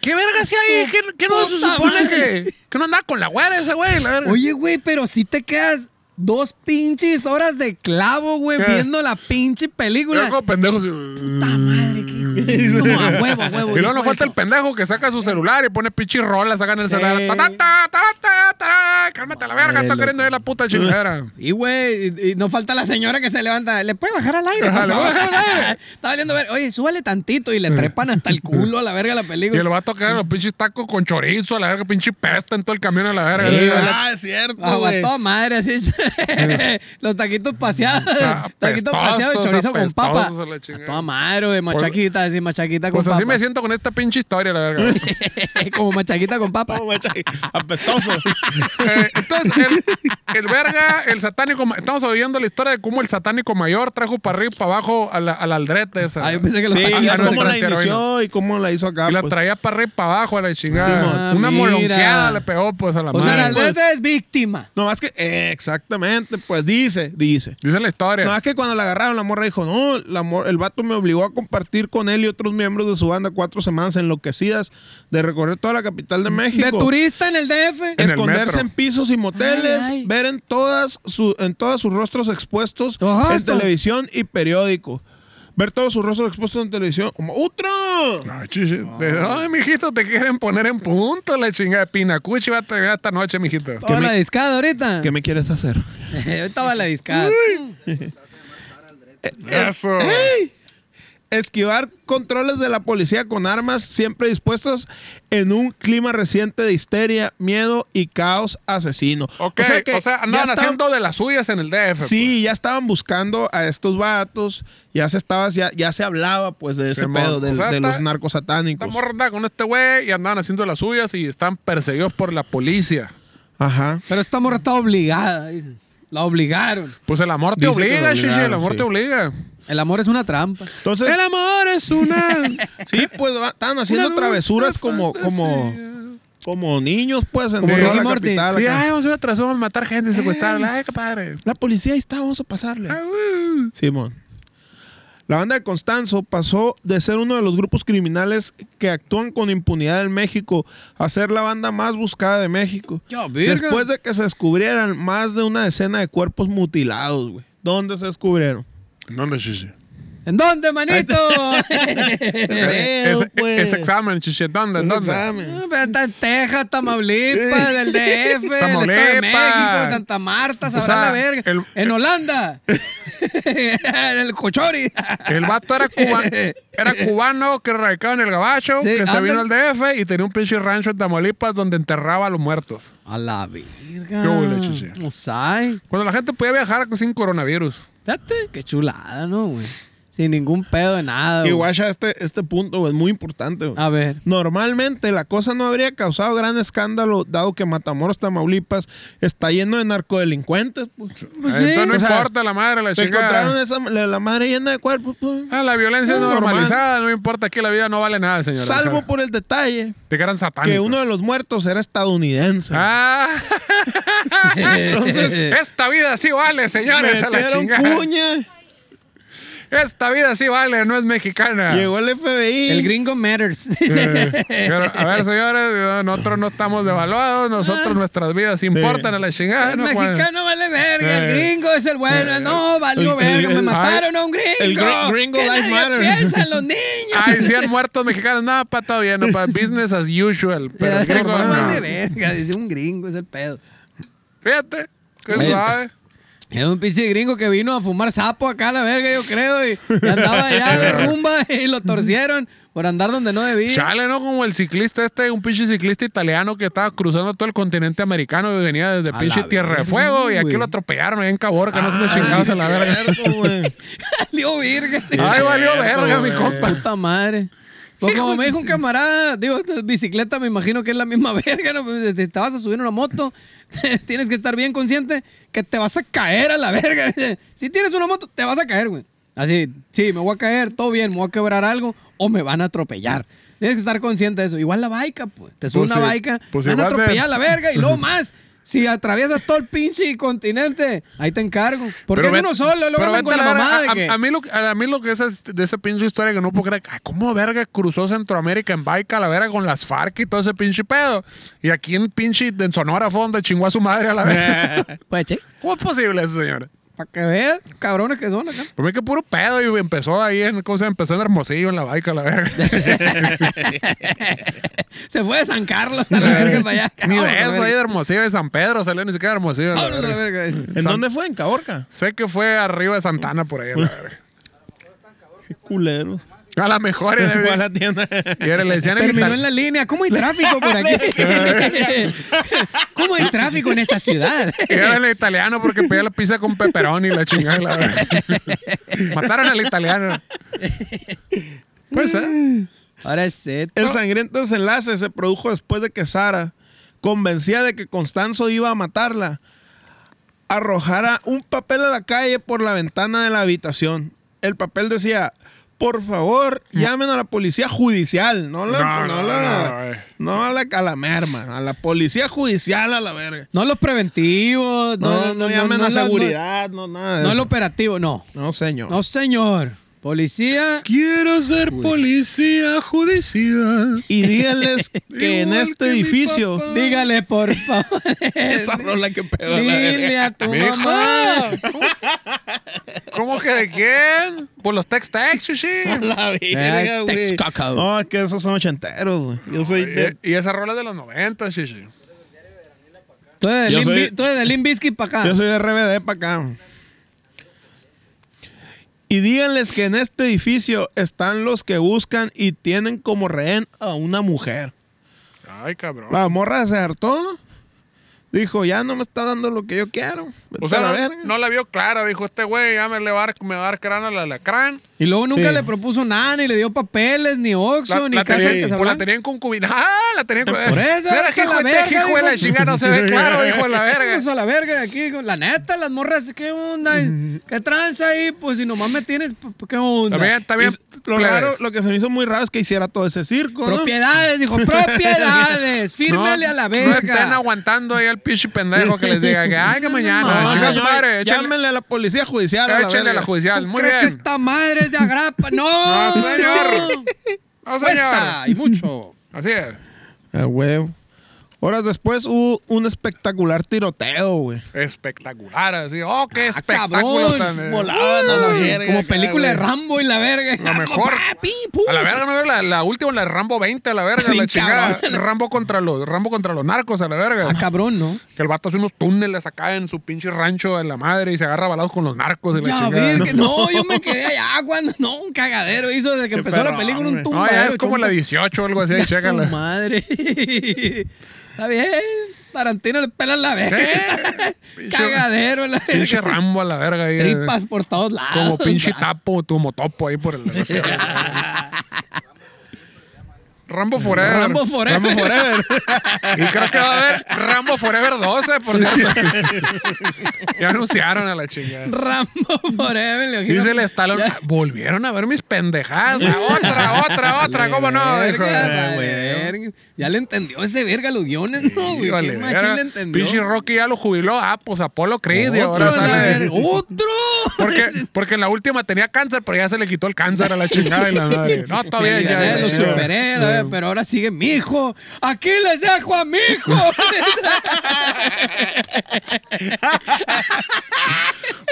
Speaker 2: ¿Qué verga hacía ahí? ¿Qué, qué no se
Speaker 4: Puta
Speaker 2: supone
Speaker 4: madre.
Speaker 2: que, que no andaba con la güera ese güey? La verga.
Speaker 4: Oye, güey, pero si te quedas dos pinches horas de clavo, güey,
Speaker 2: ¿Qué?
Speaker 4: viendo la pinche película.
Speaker 2: Yo como pendejo, así,
Speaker 4: Puta madre, qué. No, a huevo, a huevo.
Speaker 2: Y luego
Speaker 4: dijo
Speaker 2: nos falta el
Speaker 4: eso.
Speaker 2: pendejo que saca su celular y pone pinche rola, saca en el
Speaker 4: Sí.
Speaker 2: celular. Ta, ta, ta, ta, ta, ta. Cálmate a la verga, estoy queriendo ver la puta chingadera.
Speaker 4: Y, güey, y, y no falta la señora que se levanta. ¿Le puede bajar al aire?
Speaker 2: Ajá,
Speaker 4: Por
Speaker 2: le voy a
Speaker 4: favor?
Speaker 2: bajar al aire.
Speaker 4: Está valiendo ver. Oye, súbale tantito y le trepan hasta el culo a la verga la
Speaker 2: Y el
Speaker 4: película.
Speaker 2: vato queda en los pinches tacos con chorizo, a la verga, pinche pesta en todo el camión a la verga.
Speaker 4: Sí,
Speaker 2: así,
Speaker 4: vale.
Speaker 2: ah,
Speaker 3: es cierto,
Speaker 4: Aguantó madre, así. Los taquitos paseados.
Speaker 2: Ah,
Speaker 4: taquitos paseados y
Speaker 2: apestosos,
Speaker 4: chorizo con papa.
Speaker 2: apestosos a la
Speaker 4: A
Speaker 2: chingada.
Speaker 4: Toda madre, güey. Machaquita, así, machaquita con
Speaker 2: Pues
Speaker 4: papa.
Speaker 2: así me siento con esta pinche historia, la verga.
Speaker 4: Como machaquita con papa.
Speaker 5: Apestoso.
Speaker 2: Eh, entonces, el, el verga, el satánico. ma- Estamos oyendo la historia de cómo el satánico mayor trajo para arriba y para abajo a la, al aldrete esa.
Speaker 4: Ah, yo pensé que los
Speaker 3: Sí,
Speaker 2: Ah,
Speaker 3: y
Speaker 4: taquitos.
Speaker 2: no,
Speaker 3: cómo
Speaker 2: te
Speaker 3: la
Speaker 2: creas que era
Speaker 3: inició y cómo la hizo acá.
Speaker 2: Y la
Speaker 3: pues.
Speaker 2: traía para arriba y para abajo a la chingada.
Speaker 4: Ah,
Speaker 2: Una
Speaker 4: mira.
Speaker 2: molonqueada le pegó, pues, a la
Speaker 4: O sea,
Speaker 2: madre.
Speaker 4: la atleta es víctima.
Speaker 3: No, más que, eh, exactamente, pues dice, dice.
Speaker 2: Dice la historia.
Speaker 3: No, es que cuando la agarraron, la morra dijo, no, la mor- el vato me obligó a compartir con él y otros miembros de su banda cuatro semanas enloquecidas de recorrer toda la capital de México.
Speaker 4: De turista en el DF.
Speaker 2: En el
Speaker 3: Esconderse
Speaker 2: metro.
Speaker 3: en pisos y moteles,
Speaker 4: Ay, ay.
Speaker 3: ver en todas su- en todos sus rostros expuestos
Speaker 4: Ajá,
Speaker 3: en
Speaker 4: esto.
Speaker 3: televisión y periódico. Ver todos sus rostros expuestos en televisión, como ¡Utro!
Speaker 2: Ay, chiche. De- Ay, mijito, te quieren poner en punto la chingada. Pinacuchi va a terminar esta noche, mijito.
Speaker 4: Toda la discada ahorita.
Speaker 3: ¿Qué me quieres hacer?
Speaker 4: Ahorita va la discada.
Speaker 2: Eso.
Speaker 3: Eh. Esquivar controles de la policía con armas siempre dispuestas en un clima reciente de histeria, miedo y caos asesino.
Speaker 2: Ok,
Speaker 3: que
Speaker 2: o sea,
Speaker 3: ya
Speaker 2: andaban
Speaker 3: estaban-
Speaker 2: haciendo de las suyas en el pues. DF.
Speaker 3: Sí, ya estaban buscando a estos vatos, ya se estabas, ya, ya se hablaba pues de ese
Speaker 2: Simón.
Speaker 3: pedo,
Speaker 2: O
Speaker 3: del-
Speaker 2: sea,
Speaker 3: de
Speaker 2: está-
Speaker 3: los narcos
Speaker 2: Esta
Speaker 3: satánicos.
Speaker 2: morra andaba con este güey y andaban haciendo de las suyas y están perseguidos por la policía.
Speaker 3: Ajá.
Speaker 4: Pero esta morra está obligada. dicen. La obligaron.
Speaker 2: Pues el amor te
Speaker 3: Dice que lo
Speaker 2: obliga, chiche, el
Speaker 3: obligaron,
Speaker 2: amor
Speaker 3: sí.
Speaker 2: te obliga.
Speaker 4: El amor es una trampa.
Speaker 3: Entonces,
Speaker 2: el amor es una.
Speaker 3: sí, pues va- estaban haciendo
Speaker 2: dulce
Speaker 3: travesuras como, como, como niños, pues, en toda
Speaker 4: Ricky
Speaker 3: la
Speaker 4: Morty.
Speaker 3: capital.
Speaker 2: Sí, ah,
Speaker 3: acá.
Speaker 2: ay, vamos a ir atrás, vamos a matar gente y secuestrarla. Ay, qué padre.
Speaker 3: La policía ahí está, vamos a pasarle.
Speaker 2: Ah, uh.
Speaker 3: Simón. La banda de Constanzo pasó de ser uno de los grupos criminales que actúan con impunidad en México a ser la banda más buscada de México.
Speaker 4: Ya, verga.
Speaker 3: Después de que se descubrieran más de una decena de cuerpos mutilados, güey. ¿Dónde se descubrieron?
Speaker 2: ¿Dónde, chiche?
Speaker 4: ¿En dónde, manito?
Speaker 2: Ese,
Speaker 3: pues.
Speaker 2: ese examen, chiche, ¿dónde?
Speaker 3: Un
Speaker 2: ¿Dónde?
Speaker 3: examen.
Speaker 4: Pero está en Texas, Tamaulipas, del DF, el Estado de
Speaker 2: Tamaulipas.
Speaker 4: México, Santa Marta, sabrá
Speaker 2: sea,
Speaker 4: la verga.
Speaker 2: el-
Speaker 4: en Holanda. en el Cochori.
Speaker 2: El vato era, cuba- era cubano que radicaba en el Gabacho,
Speaker 4: Sí,
Speaker 2: que se vino al
Speaker 4: ándale.
Speaker 2: DF y tenía un pinche rancho en Tamaulipas donde enterraba a los muertos.
Speaker 4: A la verga.
Speaker 2: Qué huele, chiche.
Speaker 4: No sai.
Speaker 2: Cuando la gente podía viajar sin coronavirus.
Speaker 4: Fíjate, qué chulada, ¿no, güey? Sin ningún pedo de nada.
Speaker 3: Y
Speaker 4: Ah, güey. Ah.
Speaker 3: guacha, este, este punto güey, es muy importante. güey.
Speaker 4: A ver.
Speaker 3: Normalmente la cosa no habría causado gran escándalo, dado que Matamoros, Tamaulipas, está lleno de narcodelincuentes. Pues.
Speaker 4: Pues sí.
Speaker 2: Entonces no
Speaker 3: O sea,
Speaker 2: importa la madre, la
Speaker 3: Se encontraron
Speaker 2: chica.
Speaker 3: esa, la, la madre llena de cuerpos. pues.
Speaker 2: Ah, la violencia es
Speaker 3: No, normal.
Speaker 2: normalizada, no importa, aquí la vida no vale nada, señora.
Speaker 3: Salvo
Speaker 2: O sea,
Speaker 3: por el detalle
Speaker 2: de que eran satánicos.
Speaker 3: que uno de los muertos era estadounidense.
Speaker 2: Ah,
Speaker 3: Entonces,
Speaker 2: esta vida sí vale, señores, a la
Speaker 3: Eh. metieron
Speaker 2: chingada.
Speaker 3: cuña.
Speaker 2: Esta vida sí vale, no es mexicana.
Speaker 3: Llegó el FBI.
Speaker 4: El gringo matters.
Speaker 2: Eh, pero, a ver, señores, nosotros no estamos devaluados, nosotros nuestras vidas importan a la chingada.
Speaker 4: El
Speaker 2: ¿no? Cuando-
Speaker 4: mexicano vale verga,
Speaker 2: Eh.
Speaker 4: el gringo es el bueno. No, valió
Speaker 3: el- el-
Speaker 4: verga, me
Speaker 3: el-
Speaker 4: mataron a un gringo.
Speaker 3: el gr- gringo
Speaker 4: Que
Speaker 3: life
Speaker 4: nadie
Speaker 3: matter.
Speaker 4: piensa en los niños.
Speaker 2: Hay 100 muertos mexicanos. No, pa, todo bien, no, pa, business as usual. Pero el gringo,
Speaker 4: Eso
Speaker 2: no.
Speaker 4: vale verga, dice un gringo, es el pedo.
Speaker 2: Fíjate, qué
Speaker 3: Oye.
Speaker 2: suave.
Speaker 4: Es un pinche gringo que vino a fumar sapo acá a la verga, yo creo, y y andaba allá de rumba y lo torcieron por andar donde no debía.
Speaker 2: Chale, ¿no? Como el ciclista este, un pinche ciclista italiano que estaba cruzando todo el continente americano y venía desde
Speaker 4: A
Speaker 2: pinche
Speaker 4: la
Speaker 2: Tierra de
Speaker 4: verga,
Speaker 2: Fuego y
Speaker 4: güey. Ah,
Speaker 2: aquí lo atropellaron ahí en Caborca, no sé dónde
Speaker 3: Ah,
Speaker 2: chingados a la verga.
Speaker 4: Salió virgen.
Speaker 2: Ay, valió
Speaker 3: cierto,
Speaker 2: verga, mi
Speaker 3: güey.
Speaker 2: compa.
Speaker 4: Puta madre. Pues
Speaker 2: Hijo
Speaker 4: como
Speaker 2: de
Speaker 4: me dijo un
Speaker 2: su-
Speaker 4: camarada, digo, esta bicicleta me imagino que es la misma verga, ¿no? Pues, Si te vas a subir a una moto, tienes que estar bien consciente que te vas a caer a la verga. Si tienes una moto, te vas a caer, güey. Así, sí, me voy a caer, todo bien, me voy a quebrar algo o me van a atropellar. Tienes que estar consciente de eso. Igual la baica, pues. Te sube
Speaker 2: Pues
Speaker 4: una
Speaker 2: sí,
Speaker 4: baica,
Speaker 2: pues
Speaker 4: van a
Speaker 2: igual de-
Speaker 4: atropellar a la verga y luego más. Si atraviesas todo el pinche continente, ahí te encargo. Porque
Speaker 2: Pero
Speaker 4: es
Speaker 2: ve-
Speaker 4: uno solo, luego
Speaker 2: pero
Speaker 4: andan
Speaker 2: vete
Speaker 4: con la
Speaker 2: a verga.
Speaker 4: mamada de
Speaker 2: A-
Speaker 4: que...
Speaker 2: a, a mí lo, que- a mí lo que es de esa pinche historia que no puedo creer, ay, ¿cómo verga cruzó Centroamérica en baica a la verga con las FARC y todo ese pinche pedo? Y aquí en pinche, en Sonora fue donde chingó a su madre a la verga.
Speaker 4: Pues, che.
Speaker 2: ¿Cómo es posible eso, señores?
Speaker 4: Para que veas, cabrones que son acá.
Speaker 2: Por mí que puro pedo y empezó ahí en, ¿cómo se llama? Empezó en Hermosillo, en la baica a la verga.
Speaker 4: Se fue de San Carlos a la verga para allá.
Speaker 2: Ni de
Speaker 4: Vámonos a
Speaker 2: eso,
Speaker 4: la
Speaker 2: ahí de
Speaker 4: verga.
Speaker 2: Hermosillo de San Pedro, salió ni siquiera de Hermosillo. la
Speaker 4: Vámonos a la
Speaker 2: verga.
Speaker 4: verga.
Speaker 3: ¿En
Speaker 2: San-
Speaker 3: dónde fue? ¿En Caborca?
Speaker 2: Sé que fue arriba de Santana por ahí. A la verga.
Speaker 3: Qué culeros.
Speaker 2: A la mejor. era-
Speaker 3: Fue a la tienda.
Speaker 2: y era- le decían el
Speaker 4: Terminó
Speaker 2: ital-
Speaker 4: en la línea. ¿Cómo hay tráfico por aquí? ¿Cómo hay tráfico en esta ciudad?
Speaker 2: Y era el italiano porque pedía la pizza con peperón y la chingada. la verga. Mataron al italiano. Pues, ¿eh?
Speaker 4: Ahora es esto.
Speaker 3: El sangriento desenlace se produjo después de que Sara, convencida de que Constanzo iba a matarla, arrojara un papel a la calle por la ventana de la habitación. El papel decía, por favor, llamen a la policía judicial. No, la,
Speaker 2: No,
Speaker 3: no,
Speaker 2: no,
Speaker 3: la- no a la calamerma, a la policía judicial a la verga.
Speaker 4: No los preventivos.
Speaker 3: No,
Speaker 4: No,
Speaker 3: no, llamen a
Speaker 4: la-
Speaker 3: seguridad, no, nada de
Speaker 4: No, no el
Speaker 3: eso.
Speaker 4: operativo, no.
Speaker 3: No, señor.
Speaker 4: No, señor. Policía.
Speaker 2: Quiero ser policía judicial.
Speaker 3: Y díganles que en
Speaker 2: Igual que
Speaker 3: este
Speaker 2: mi
Speaker 3: edificio...
Speaker 2: papá.
Speaker 4: Dígale, por favor.
Speaker 3: Esa rola que pedo. la verga.
Speaker 4: Dile a tu
Speaker 2: Mijo.
Speaker 4: mamá.
Speaker 2: ¿Cómo que de quién? Por los text text,
Speaker 3: La
Speaker 4: Eh,
Speaker 3: verga, güey.
Speaker 4: Texcoco.
Speaker 3: No, es que esos son ochenteros, güey. Yo soy de...
Speaker 2: Y, y esa rola es de los 90, shishi.
Speaker 4: Tú eres de
Speaker 3: Yo
Speaker 4: Limp
Speaker 3: soy-
Speaker 4: Bi- tú eres de Limp Bizkit para acá.
Speaker 3: Yo soy de RBD para acá. Y díganles que en este edificio están los que buscan y tienen como rehén a una mujer.
Speaker 2: Ay, cabrón.
Speaker 4: Ah,
Speaker 3: La morra se hartó. Dijo, ya no me está dando lo que yo quiero. Vete
Speaker 2: O sea,
Speaker 3: a la
Speaker 2: no,
Speaker 3: verga.
Speaker 2: no la vio clara, dijo este güey, ya me, le va a, dar- me va a dar crán al alacrán.
Speaker 4: Y luego nunca
Speaker 3: Sí.
Speaker 4: le propuso nada, ni le dio papeles, ni Oxxo,
Speaker 2: La,
Speaker 4: ni
Speaker 2: la,
Speaker 4: casa
Speaker 2: tenía,
Speaker 4: de
Speaker 2: pues,
Speaker 4: Casablanca.
Speaker 2: la tenía en concubina. ¡Ah! La tenía en concubina.
Speaker 4: Por eso,
Speaker 2: Mira,
Speaker 4: vete a
Speaker 2: hijo,
Speaker 4: la
Speaker 2: este
Speaker 4: verga,
Speaker 2: hijo de la
Speaker 4: dijo.
Speaker 2: chingada no se ve claro, hijo de la
Speaker 4: Vamos
Speaker 2: verga.
Speaker 4: a la verga de aquí. con- La neta, las morras, ¿qué onda? ¿Qué tranza ahí? Pues si nomás me tienes, p- p- ¿qué onda?
Speaker 2: También, también.
Speaker 3: Y lo, raro, lo que se me hizo muy raro es que hiciera todo ese circo, ¿no?
Speaker 4: Propiedades, dijo, propiedades. Fírmele a la
Speaker 2: No estén
Speaker 4: verga.
Speaker 2: aguantando ahí al pinche pendejo que les diga que, ay, que mañana,
Speaker 3: No,
Speaker 2: chicas
Speaker 3: señor,
Speaker 2: madre, échenle,
Speaker 3: llámenle a la policía judicial. a la
Speaker 2: échenle a la
Speaker 3: verga.
Speaker 2: judicial.
Speaker 4: ¿Tú
Speaker 2: Muy
Speaker 4: crees que
Speaker 2: bien.
Speaker 4: esta madre es de agrapa? No,
Speaker 2: No, señor. No,
Speaker 4: Cuesta,
Speaker 2: señor.
Speaker 4: y mucho.
Speaker 2: Así es.
Speaker 3: A huevo. Horas después hubo un espectacular tiroteo, güey.
Speaker 2: Espectacular, así. ¡Oh, qué
Speaker 4: Ah,
Speaker 2: espectáculo!
Speaker 4: cabrón,
Speaker 2: tan- eh,
Speaker 3: Volaban a la verga
Speaker 4: Ah, Como
Speaker 3: acá,
Speaker 4: película de
Speaker 3: güey.
Speaker 4: Rambo y la verga.
Speaker 2: La mejor.
Speaker 4: Papi, pum.
Speaker 2: A la verga, no era la, la última, la de Rambo 20, a la verga, la
Speaker 4: Bien
Speaker 2: chingada.
Speaker 4: cabrón.
Speaker 2: Rambo contra los, Rambo contra los narcos, a la verga.
Speaker 4: Ah, cabrón, ¿no?
Speaker 2: Que el vato hace unos túneles acá en su pinche rancho de la madre y se agarra a balazos con los narcos y la
Speaker 4: Ya,
Speaker 2: chingada.
Speaker 4: ver, que no, yo me quedé allá cuando. No, un cagadero hizo desde que
Speaker 3: Qué
Speaker 4: empezó la
Speaker 3: perrón,
Speaker 4: película un
Speaker 3: güey.
Speaker 4: tumba.
Speaker 2: No, ya es como la 18 o algo así,
Speaker 4: su
Speaker 2: chécala.
Speaker 4: madre. Está bien. Tarantino le pela la verga.
Speaker 2: Sí.
Speaker 4: cagadero la
Speaker 2: Pinche
Speaker 4: verga.
Speaker 2: Rambo a la verga ahí. eh,
Speaker 4: Tripas por todos lados.
Speaker 2: Como pinche
Speaker 4: brazos.
Speaker 2: tapo, como topo ahí por el. Rambo Forever.
Speaker 4: Rambo Forever.
Speaker 3: Vamos forever.
Speaker 2: Y creo que va a haber Rambo Forever 12, por cierto. ya anunciaron a la chingada.
Speaker 4: Rambo Forever. le imagino.
Speaker 2: Dice el estalón,
Speaker 4: Ya.
Speaker 2: volvieron a ver mis pendejadas. La otra, otra, otra, ¿cómo no? Dijo.
Speaker 4: Verga,
Speaker 3: Eh,
Speaker 4: la
Speaker 3: güey.
Speaker 4: verga. Ya le entendió ese verga los guiones, ¿no? güey?
Speaker 2: Híjole,
Speaker 4: ¿Qué
Speaker 2: verga.
Speaker 4: machín le entendió?
Speaker 2: Pinche Rocky ya lo jubiló. Ah, pues Apolo Creed y ahora
Speaker 4: Otro, la verga.
Speaker 2: sale.
Speaker 4: Otro.
Speaker 2: Porque, porque en la última tenía cáncer, pero ya se le quitó el cáncer a la chingada y la madre. No, todavía
Speaker 4: Ya, ya,
Speaker 2: ya.
Speaker 4: lo
Speaker 2: ya, ya.
Speaker 4: superé, la verdad, pero ahora sigue mi hijo. Aquí les dejo a mi hijo.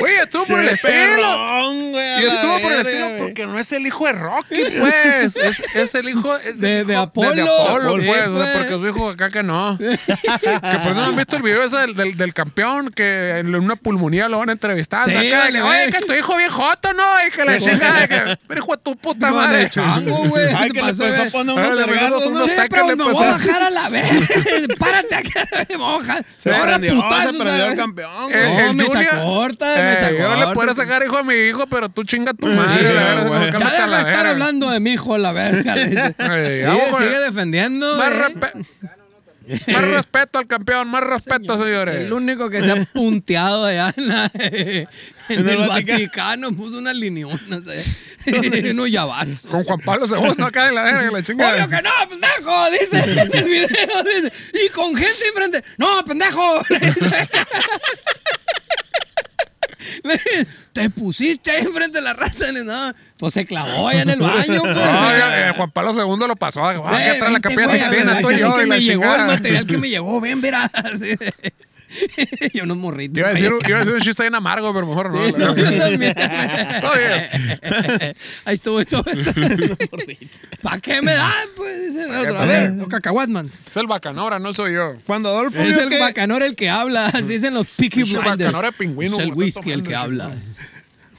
Speaker 2: Oye, tú por el
Speaker 3: Qué
Speaker 2: estilo.
Speaker 3: perrón, güey, a
Speaker 2: Y
Speaker 3: la
Speaker 2: estuvo por el
Speaker 3: verga,
Speaker 2: estilo
Speaker 3: güey.
Speaker 2: porque no es el hijo de Rocky, pues. Es, es el hijo es el
Speaker 4: De- de
Speaker 2: hijo
Speaker 4: Apolo.
Speaker 2: De Apolo,
Speaker 4: Apolo,
Speaker 2: pues. o sea,
Speaker 4: pues.
Speaker 2: porque su hijo acá que no. que por eso no han visto el video ese del, del, del campeón que en una pulmonía lo van a entrevistar.
Speaker 4: Sí,
Speaker 2: acá, que, Oye,
Speaker 4: vale, güey.
Speaker 2: que tu hijo bien joto, ¿no? Y que la chingada. que, Pero hijo de tu puta
Speaker 4: Hijo de
Speaker 2: madre.
Speaker 4: chango, güey.
Speaker 3: Ay,
Speaker 4: Se
Speaker 3: que le
Speaker 4: pasó, eh.
Speaker 3: empezó a
Speaker 4: güey.
Speaker 3: poner
Speaker 2: Ah,
Speaker 3: unos
Speaker 2: le empezó a
Speaker 3: vergazos,
Speaker 2: poner
Speaker 3: ¿no?
Speaker 2: unos-
Speaker 4: Sí,
Speaker 2: ataque
Speaker 4: pero
Speaker 2: le
Speaker 4: me voy a
Speaker 2: pasó.
Speaker 4: bajar a la vez. Párate acá, me voy a bajar.
Speaker 3: Se
Speaker 4: Ahora
Speaker 3: prendió,
Speaker 4: putazos,
Speaker 3: se prendió el
Speaker 4: ¿sabes?
Speaker 3: campeón,
Speaker 2: El-
Speaker 3: güey.
Speaker 4: Eh,
Speaker 2: el
Speaker 4: me
Speaker 2: Junior, eh,
Speaker 4: chacorta, me
Speaker 2: Yo no le podría
Speaker 4: chacorta.
Speaker 2: sacar hijo a mi hijo, pero tú chinga tu madre.
Speaker 3: Sí,
Speaker 2: la verdad,
Speaker 3: güey.
Speaker 2: como,
Speaker 3: Ya
Speaker 2: cálmate
Speaker 4: Ya
Speaker 2: a
Speaker 4: deja
Speaker 2: la
Speaker 4: de estar
Speaker 2: verga.
Speaker 4: hablando de mi hijo, la verga. le dice.
Speaker 2: Ey,
Speaker 4: Sigue-
Speaker 2: vamos,
Speaker 4: sigue
Speaker 2: güey.
Speaker 4: defendiendo.
Speaker 2: Más,
Speaker 4: eh.
Speaker 2: respe- más respeto al campeón, más respeto, señores.
Speaker 4: El único que se ha punteado allá en, la- en
Speaker 3: En el Vaticano.
Speaker 4: el Vaticano puso una liniona, ¿sabes? unos llavazos.
Speaker 2: Con Juan Pablo II acá en la verga, la chingada.
Speaker 4: Obvio que no, pendejo, dice en el video, dice. Y con gente enfrente. No, pendejo. le dice. Le dice, Te pusiste ahí enfrente de la raza. le dice, No, pues se clavó allá en el baño. Pues.
Speaker 2: No, ya, eh, Juan Pablo II lo pasó. Ah,
Speaker 4: Eh,
Speaker 2: que atrás la
Speaker 4: vente,
Speaker 2: capilla
Speaker 4: güey,
Speaker 2: Sixtina,
Speaker 4: la
Speaker 2: tú y
Speaker 4: verdad
Speaker 2: yo
Speaker 4: que
Speaker 2: y
Speaker 4: me
Speaker 2: la
Speaker 4: llegó El
Speaker 2: chingada.
Speaker 4: material que me llegó, ven, verás. así. Y unos morritos.
Speaker 2: Yo iba a decir,
Speaker 4: ahí
Speaker 2: iba a decir un chiste bien amargo, pero mejor no.
Speaker 4: Sí,
Speaker 2: la
Speaker 4: no,
Speaker 2: verdad.
Speaker 4: yo también.
Speaker 2: Todo
Speaker 4: Ahí estuvo, estuvo. ¿Para qué me dan? Pues dicen el otro. A
Speaker 2: pa'
Speaker 4: ver, los cacahuatman.
Speaker 2: Es el bacanora, no soy yo.
Speaker 3: Cuando Adolfo
Speaker 4: Es
Speaker 3: vio
Speaker 4: el
Speaker 3: que-
Speaker 4: bacanor el que habla. Así dicen los Peaky
Speaker 2: Pinche
Speaker 4: Blinders.
Speaker 2: bacanor de pingüino,
Speaker 4: Es el
Speaker 2: güey,
Speaker 4: whisky el
Speaker 2: está
Speaker 4: que
Speaker 2: tomando,
Speaker 4: habla.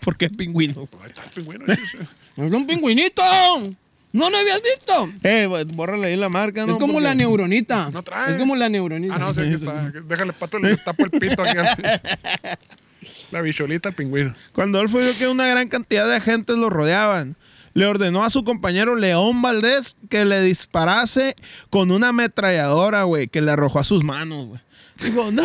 Speaker 3: ¿Por qué pingüino?
Speaker 2: Ahí está el pingüino, chiche.
Speaker 4: ¡Es un pingüinito! ¡No lo habías visto!
Speaker 3: Eh, güey, bórrale ahí la marca, ¿no?
Speaker 4: Es como
Speaker 3: Porque-
Speaker 4: la neuronita.
Speaker 2: No trae.
Speaker 4: Es como la neuronita.
Speaker 2: Ah, no, sí, aquí está. Déjale pato, le tapo el pito aquí. al- La bicholita al pingüino.
Speaker 3: Cuando Adolfo vio que una gran cantidad de agentes lo rodeaban, le ordenó a su compañero León Valdés que le disparase con una ametralladora, güey, que le arrojó a sus manos, güey. Dijo, no,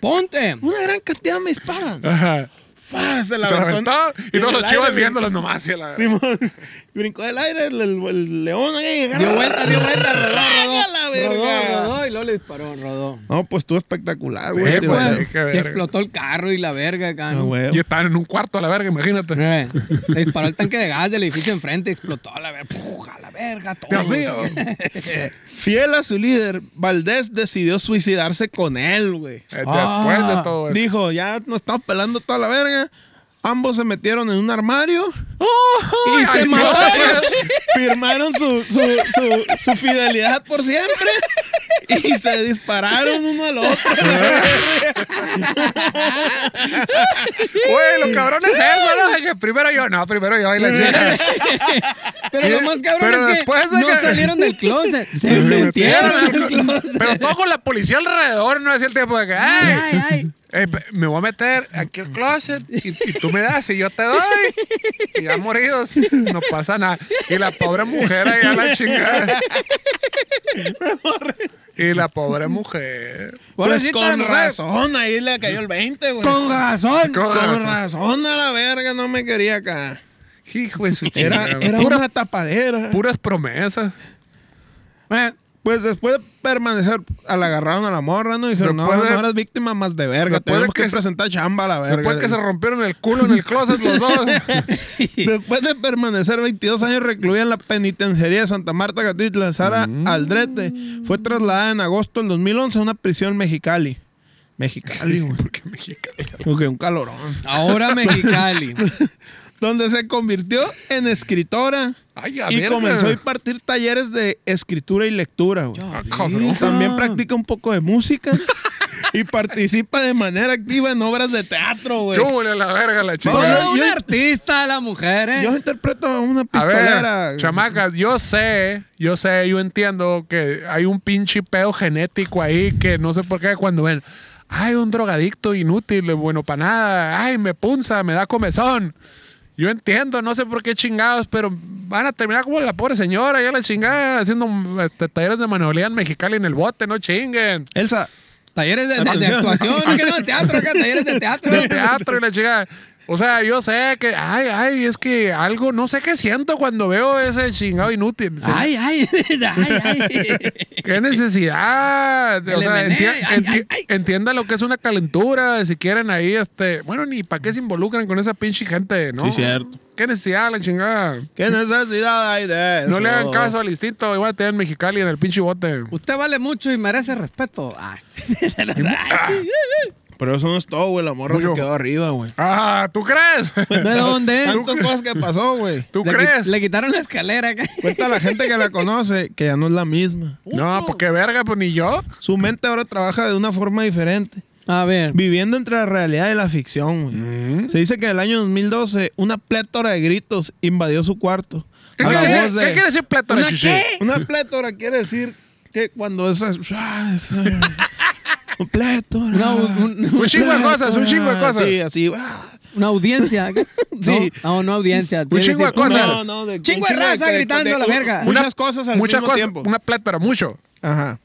Speaker 4: ¡Ponte!
Speaker 3: una gran cantidad me disparan.
Speaker 2: Ajá.
Speaker 3: Fa, Se la
Speaker 2: Se
Speaker 3: aventó en-
Speaker 2: aventó y
Speaker 3: en
Speaker 2: todos
Speaker 3: el
Speaker 2: los chivas
Speaker 3: aire, güey.
Speaker 2: viéndolos nomás. y la-
Speaker 3: Simón. Brincó del aire el, el- el león. ahí,
Speaker 4: Dio vuelta, dio vuelta, rodó, rodó.
Speaker 3: ¡Ay, a la verga!
Speaker 4: Rodó, rodó y luego le disparó, rodó.
Speaker 3: No, pues estuvo espectacular,
Speaker 2: Sí, pues,
Speaker 3: güey. tío.
Speaker 2: sí.
Speaker 4: Bueno,
Speaker 2: qué verga.
Speaker 4: y explotó el carro y la verga acá.
Speaker 3: Ah,
Speaker 4: ¿no?
Speaker 3: güey.
Speaker 2: Y estaban en un cuarto a la verga, imagínate.
Speaker 4: Eh, le disparó el tanque de gas del edificio enfrente, explotó a la verga, ¡puf! a la verga, todo.
Speaker 2: Dios mío. Eh,
Speaker 3: Fiel a su líder, Valdés decidió suicidarse con él, güey.
Speaker 2: Eh,
Speaker 4: Ah.
Speaker 2: Después de todo eso.
Speaker 3: Dijo, ya nos estamos pelando toda la verga. Ambos se metieron en un armario.
Speaker 4: Y se
Speaker 2: Ay,
Speaker 4: mató.
Speaker 2: Dios.
Speaker 3: Firmaron su, su, su, su fidelidad por siempre. Y se dispararon uno al otro.
Speaker 2: Güey, lo cabrón es eso, ¿no? De que primero yo, no, primero yo y la chica.
Speaker 4: Pero lo más cabrón
Speaker 2: Pero
Speaker 4: es que
Speaker 2: después de
Speaker 4: no
Speaker 2: que-
Speaker 4: salieron del closet, se metieron al closet.
Speaker 2: Pero todo con la policía alrededor, no es el tiempo de que,
Speaker 4: Ay,
Speaker 2: ay,
Speaker 4: ay, ay.
Speaker 2: eh, pe- me voy a meter aquí al closet y, y tú me das y yo te doy. Y ya moridos, no pasa nada. Y la pobre mujer allá la chingada. Y la pobre mujer.
Speaker 3: Pues
Speaker 4: Pobrecita
Speaker 3: con
Speaker 4: mujer.
Speaker 3: razón, ahí le cayó el 20, güey.
Speaker 4: Con razón.
Speaker 2: Con
Speaker 3: Con
Speaker 2: razón.
Speaker 3: razón a la verga, no me quería acá.
Speaker 2: Hijo de su
Speaker 3: Era,
Speaker 2: chingada.
Speaker 3: era
Speaker 2: Puras-
Speaker 3: una tapadera.
Speaker 2: puras promesas.
Speaker 4: Eh,
Speaker 3: Pues después de permanecer, al agarraron a la morra, ¿no? Dijeron, no,
Speaker 2: Después de-
Speaker 3: no eres víctima más de verga.
Speaker 2: después de
Speaker 3: Tenemos que,
Speaker 2: que se-
Speaker 3: presentar chamba a la verga.
Speaker 2: Después que se rompieron el culo en el closet los dos.
Speaker 3: Después de permanecer 22 años recluida en la penitenciaría de Santa Marta Catitla, Sara
Speaker 2: Mm.
Speaker 3: Aldrete fue trasladada en agosto del 2011 a una prisión en Mexicali. Mexicali, güey.
Speaker 2: Porque mexicano.
Speaker 3: Ok, un calorón.
Speaker 4: ahora Mexicali.
Speaker 3: Donde se convirtió en escritora
Speaker 2: Ay, a
Speaker 3: y
Speaker 2: verga.
Speaker 3: comenzó a impartir talleres de escritura y lectura, güey.
Speaker 2: Ah, cabrón.
Speaker 3: También practica un poco de música y participa de manera activa en obras de teatro, güey.
Speaker 2: Yo a la verga la
Speaker 4: Toda
Speaker 2: chica.
Speaker 3: Vamos.
Speaker 4: una
Speaker 3: yo-
Speaker 4: artista la mujer, eh.
Speaker 3: Yo interpreto a una
Speaker 2: A
Speaker 3: pistolera.
Speaker 2: ver, chamacas, yo sé, yo sé, yo entiendo que hay un pinche pedo genético ahí que no sé por qué cuando ven, ay, un drogadicto inútil, bueno para nada, ay, me punza, me da comezón. Yo entiendo, no sé por qué chingados, pero van a terminar como la pobre señora, ya la chingada, haciendo este, talleres de manualidad en Mexicali en el bote, no chinguen.
Speaker 3: Elsa,
Speaker 4: Talleres de, de- de
Speaker 3: Atención.
Speaker 4: actuación, que no, de teatro acá, talleres de teatro.
Speaker 2: de teatro y la chica. O sea, yo sé que, ay, ay, es que algo, no sé qué siento cuando veo ese chingado inútil. Sí.
Speaker 4: Ay, ay, ay, ay.
Speaker 2: ¿Qué necesidad? O
Speaker 4: El
Speaker 2: sea,
Speaker 4: M&A,
Speaker 2: enti-
Speaker 4: ay,
Speaker 2: enti-
Speaker 4: ay, ay.
Speaker 2: entienda lo que es una calentura, si quieren ahí, este, bueno, ni para qué se involucran con esa pinche gente, ¿no?
Speaker 3: Sí, cierto.
Speaker 2: ¿Qué necesidad, la chingada?
Speaker 3: ¿qué necesidad hay de eso?
Speaker 2: No le hagan caso al instinto, igual te dan Mexicali en el pinche bote. Ah.
Speaker 4: Usted vale mucho y merece respeto. Ay. Ay.
Speaker 3: Pero eso no es todo, güey. La morra
Speaker 2: Mucho.
Speaker 3: se quedó arriba, güey.
Speaker 2: Ah, ¿tú crees?
Speaker 4: Pues, ¿De dónde?
Speaker 3: Tantas cosas que pasó, güey.
Speaker 2: ¿Tú
Speaker 4: Le qui-
Speaker 2: crees? Pues,
Speaker 4: Le quitaron la escalera acá.
Speaker 3: Cuenta la gente que la conoce que ya no es la misma.
Speaker 2: No, porque verga, pues ni yo.
Speaker 3: Su mente ahora trabaja de una forma diferente.
Speaker 4: A ver.
Speaker 3: Viviendo entre la realidad y la ficción, güey. Se dice que en el año 2012 una plétora de gritos invadió su cuarto.
Speaker 2: ¿Qué
Speaker 3: A
Speaker 2: quiere
Speaker 3: la
Speaker 2: decir,
Speaker 3: voz de-
Speaker 2: ¿qué quiere decir plátano,
Speaker 4: ¿Una
Speaker 2: chichi?
Speaker 4: qué?
Speaker 3: Una plétora quiere decir que cuando esas... Un plétora.
Speaker 4: Una- un-
Speaker 2: Un chingo de cosas, un chingo de cosas.
Speaker 3: Sí, así. ah.
Speaker 4: Una audiencia. acá.
Speaker 3: Sí.
Speaker 4: No, no, no audiencia.
Speaker 2: Un chingo de cosas.
Speaker 3: No, no, de-
Speaker 4: Chingo
Speaker 3: un
Speaker 4: de raza gritando a la
Speaker 3: un-
Speaker 4: verga.
Speaker 3: Muchas cosas al
Speaker 2: muchas
Speaker 3: mismo
Speaker 2: cosas,
Speaker 3: tiempo.
Speaker 2: Una plátano, mucho.
Speaker 3: Ajá.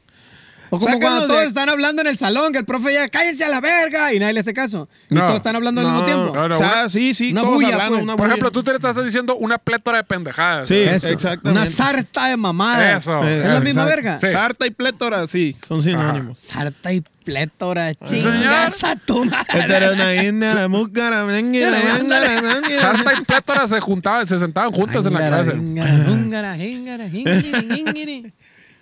Speaker 4: O como
Speaker 3: Sácanos
Speaker 4: cuando
Speaker 3: de
Speaker 4: todos
Speaker 3: aquí.
Speaker 4: están hablando en el salón, que el profe ya, cállense a la verga, y nadie le hace caso. Y
Speaker 2: No.
Speaker 4: todos están hablando al mismo tiempo.
Speaker 2: no,
Speaker 3: o sea,
Speaker 2: una-
Speaker 3: sí, sí,
Speaker 4: una
Speaker 3: todos
Speaker 4: bulla,
Speaker 3: hablando,
Speaker 4: pues.
Speaker 3: una
Speaker 2: Por
Speaker 3: bulla.
Speaker 2: ejemplo, tú te estás diciendo una plétora de pendejadas.
Speaker 3: Sí,
Speaker 2: ¿verdad?
Speaker 4: Eso.
Speaker 3: exactamente.
Speaker 4: Una sarta de mamada.
Speaker 2: Eso.
Speaker 3: Eh,
Speaker 4: Es la misma
Speaker 3: exacto.
Speaker 4: verga.
Speaker 2: Sí.
Speaker 3: Sarta y plétora, sí, son sinónimos.
Speaker 4: Sarta y plétora.
Speaker 2: señor.
Speaker 4: Chingas a tu madre.
Speaker 3: Esta era una india, la múcara, mengue, la yanga, la nanga.
Speaker 2: Sarta y plétora se juntaban, se sentaban juntas en la
Speaker 4: Ángara,
Speaker 2: clase.
Speaker 4: íngara, úngara, íngara, íngiri, íngiri.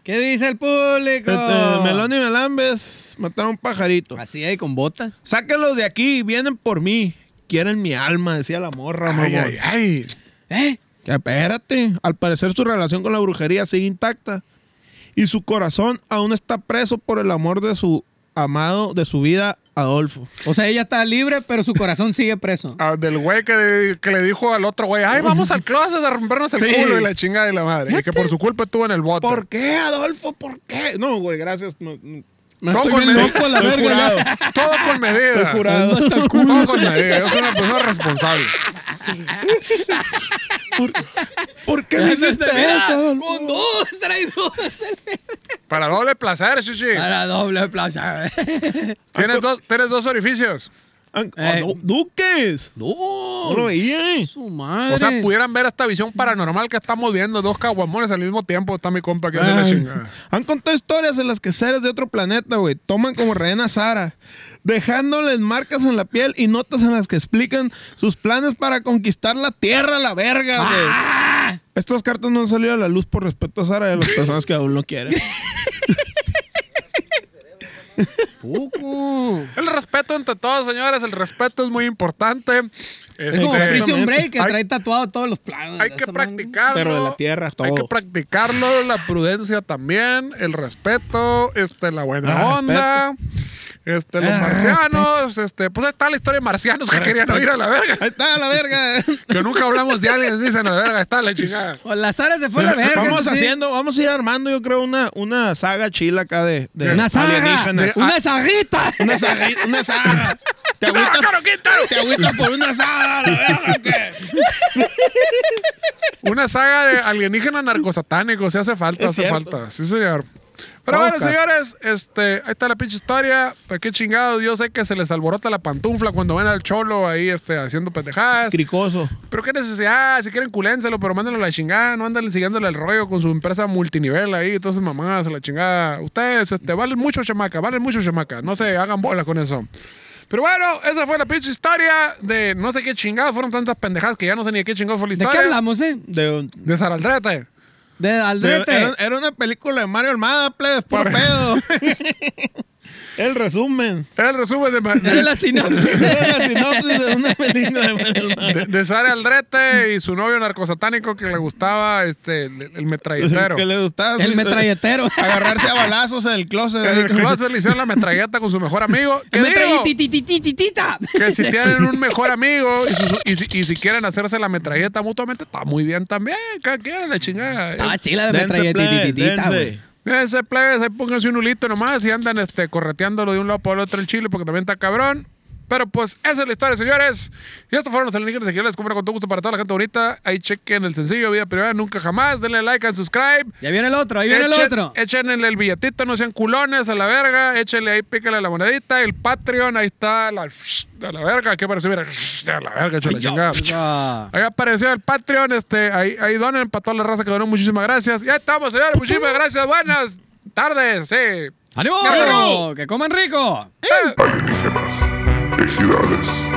Speaker 4: ¿Qué dice el público?
Speaker 3: Este, Melón y Melambes mataron un pajarito.
Speaker 4: Así ahí con botas.
Speaker 3: Sáquenlos de aquí, vienen por mí. Quieren mi alma, decía la morra, mamón.
Speaker 2: Ay, ay, ay.
Speaker 4: ¿Eh?
Speaker 3: Que Espérate, al parecer su relación con la brujería sigue intacta y su corazón aún está preso por el amor de su amado de su vida, Adolfo.
Speaker 4: O sea, ella está libre, pero su corazón sigue preso.
Speaker 2: Ah, del güey que, que le dijo al otro güey, ay, vamos al closet a rompernos el
Speaker 3: Sí.
Speaker 2: culo y la chinga de la madre. Y que por su culpa estuvo en el bote.
Speaker 3: ¿Por qué, Adolfo? ¿Por qué? No, güey, gracias. No, no.
Speaker 4: No,
Speaker 2: Todo
Speaker 4: estoy
Speaker 2: con
Speaker 4: bien
Speaker 2: el-
Speaker 4: loco a la
Speaker 3: Estoy
Speaker 4: verga.
Speaker 3: jurado.
Speaker 2: Todo con medida.
Speaker 3: Estoy jurado.
Speaker 2: Todo con medida. Yo soy una persona responsable.
Speaker 3: ¿Por, por qué me
Speaker 4: Eso es
Speaker 3: hiciste
Speaker 4: de veras.
Speaker 3: eso? Adolfo?
Speaker 4: este
Speaker 2: Eh.
Speaker 4: Con dos traidores.
Speaker 2: Para doble placer, chichi.
Speaker 4: Para doble plaza.
Speaker 2: Tienes dos, tienes dos orificios.
Speaker 3: Ah,
Speaker 4: Eh.
Speaker 3: no, ¿Duques?
Speaker 4: No.
Speaker 3: No lo veía. eh.
Speaker 4: Su madre.
Speaker 2: O sea, pues, pudieran ver esta visión paranormal que estamos viendo. Dos caguamones al mismo tiempo. Está mi compa que hace la
Speaker 4: Ay.
Speaker 2: chingada.
Speaker 3: Han contado historias en las que seres de otro planeta, güey, toman como rehén a Sara, dejándoles marcas en la piel y notas en las que explican sus planes para conquistar la Tierra, la verga, güey.
Speaker 4: Ah.
Speaker 3: Estas cartas no han salido a la luz por respeto a Sara y a las personas que aún lo quieren.
Speaker 4: Poco.
Speaker 2: El respeto entre todos, señores. El respeto es muy importante.
Speaker 4: Es como
Speaker 2: Este,
Speaker 4: Prison Break que
Speaker 2: Hay-
Speaker 4: trae tatuado todos los planos.
Speaker 2: hay que
Speaker 4: Esa madre.
Speaker 2: practicarlo.
Speaker 3: Pero de la tierra,
Speaker 2: Hay que
Speaker 3: todo.
Speaker 2: practicarlo. La prudencia también. El respeto. Este, la buena
Speaker 3: Ah,
Speaker 2: onda. Este, los
Speaker 4: Ah,
Speaker 2: marcianos. Este, pues ahí está la historia de marcianos que querían oír a la verga.
Speaker 3: Ahí está, la verga.
Speaker 2: Que nunca hablamos de aliens, dicen a la verga. Está la chingada.
Speaker 4: O la Sara se fue a la verga.
Speaker 3: vamos
Speaker 4: sí.
Speaker 3: haciendo, vamos a ir armando, yo creo, una, una saga chila acá de, de
Speaker 4: Una saga.
Speaker 3: alienígenas.
Speaker 4: Una saguita.
Speaker 3: Una saga. Una saga. Te agüitas,
Speaker 2: ¡Claro, Quintero!
Speaker 3: te agüitas por una saga, la verga. que-
Speaker 2: Una saga de alienígenas narcosatánicos, si hace falta,
Speaker 3: Es
Speaker 2: hace
Speaker 3: cierto.
Speaker 2: falta. Sí, señor. Pero
Speaker 3: Vamos
Speaker 2: bueno,
Speaker 3: a buscar.
Speaker 2: señores, este, ahí está la pinche historia. Pues qué chingado, yo sé que se les alborota la pantufla cuando ven al cholo ahí este, haciendo pendejadas.
Speaker 3: Cricoso.
Speaker 2: Pero qué necesidad, si quieren culénselo, pero mándenlo a la chingada, no anden siguiéndole el rollo con su empresa multinivel ahí, entonces mamás, a la chingada. Ustedes, este, valen mucho chamaca, valen mucho chamaca, no se hagan bola con eso. Pero bueno, esa fue la pinche historia de no sé qué chingados, fueron tantas pendejadas que ya no sé ni de qué chingados fue la
Speaker 4: ¿De
Speaker 2: historia.
Speaker 4: qué hablamos, eh?
Speaker 3: De,
Speaker 2: De Saraldrete.
Speaker 4: De
Speaker 3: Era,
Speaker 4: Aldrete.
Speaker 3: era-
Speaker 2: eh,
Speaker 3: era una película de Mario Almada, plebes, por
Speaker 2: Por-
Speaker 3: pedo. el resumen.
Speaker 2: Era el resumen de,
Speaker 4: Era
Speaker 2: de,
Speaker 4: la sinopsis.
Speaker 3: Era la sinopsis de una película de Mario Almada.
Speaker 2: de- de Sara Aldrete y su novio narcosatánico que le gustaba este, el, el metralletero.
Speaker 3: Que
Speaker 2: En
Speaker 3: le gustaba
Speaker 4: El
Speaker 3: su-
Speaker 4: metralletero.
Speaker 3: agarrarse a balazos en el closet. ahí
Speaker 2: el
Speaker 3: con-
Speaker 2: closet le hicieron la metralleta con su mejor amigo. ¿Qué
Speaker 4: El
Speaker 2: digo?
Speaker 4: metralletititititita.
Speaker 2: Que si tienen un mejor amigo y, su- y si, y si quieren hacerse la metralleta mutuamente, está muy bien también. Cada quien a la chingada.
Speaker 4: Ah, chila la
Speaker 3: Dense, plebes,
Speaker 4: metralletititita, güey.
Speaker 3: dense.
Speaker 2: Ese plebes, ahí pónganse un hulito nomás y andan este, correteándolo de un lado para el otro el chile porque también está cabrón. Pero pues esa es la historia, señores. Y estos fueron los alienígenas que yo les compro con todo gusto para toda la gente bonita. Ahí chequen el sencillo Vida Privada Nunca Jamás. Denle like and subscribe.
Speaker 4: Ya viene el otro, ahí viene el
Speaker 2: Echen-
Speaker 4: otro.
Speaker 2: Échenle el billetito, no sean culones a la verga. Échenle ahí, pícale la monedita. El Patreon, ahí está. La, a la verga, ¿qué parece? Mira, a la verga, échale la chingada.
Speaker 4: Ah.
Speaker 2: Ahí apareció el Patreon, este, ahí, ahí donen para toda la raza que donó. Muchísimas gracias. Ya estamos, señores. Muchísimas gracias. Buenas tardes. Sí.
Speaker 4: ¡Ánimo!
Speaker 2: ¡Guerrero!
Speaker 4: ¡Que coman rico!
Speaker 1: alienígenas, ejidales,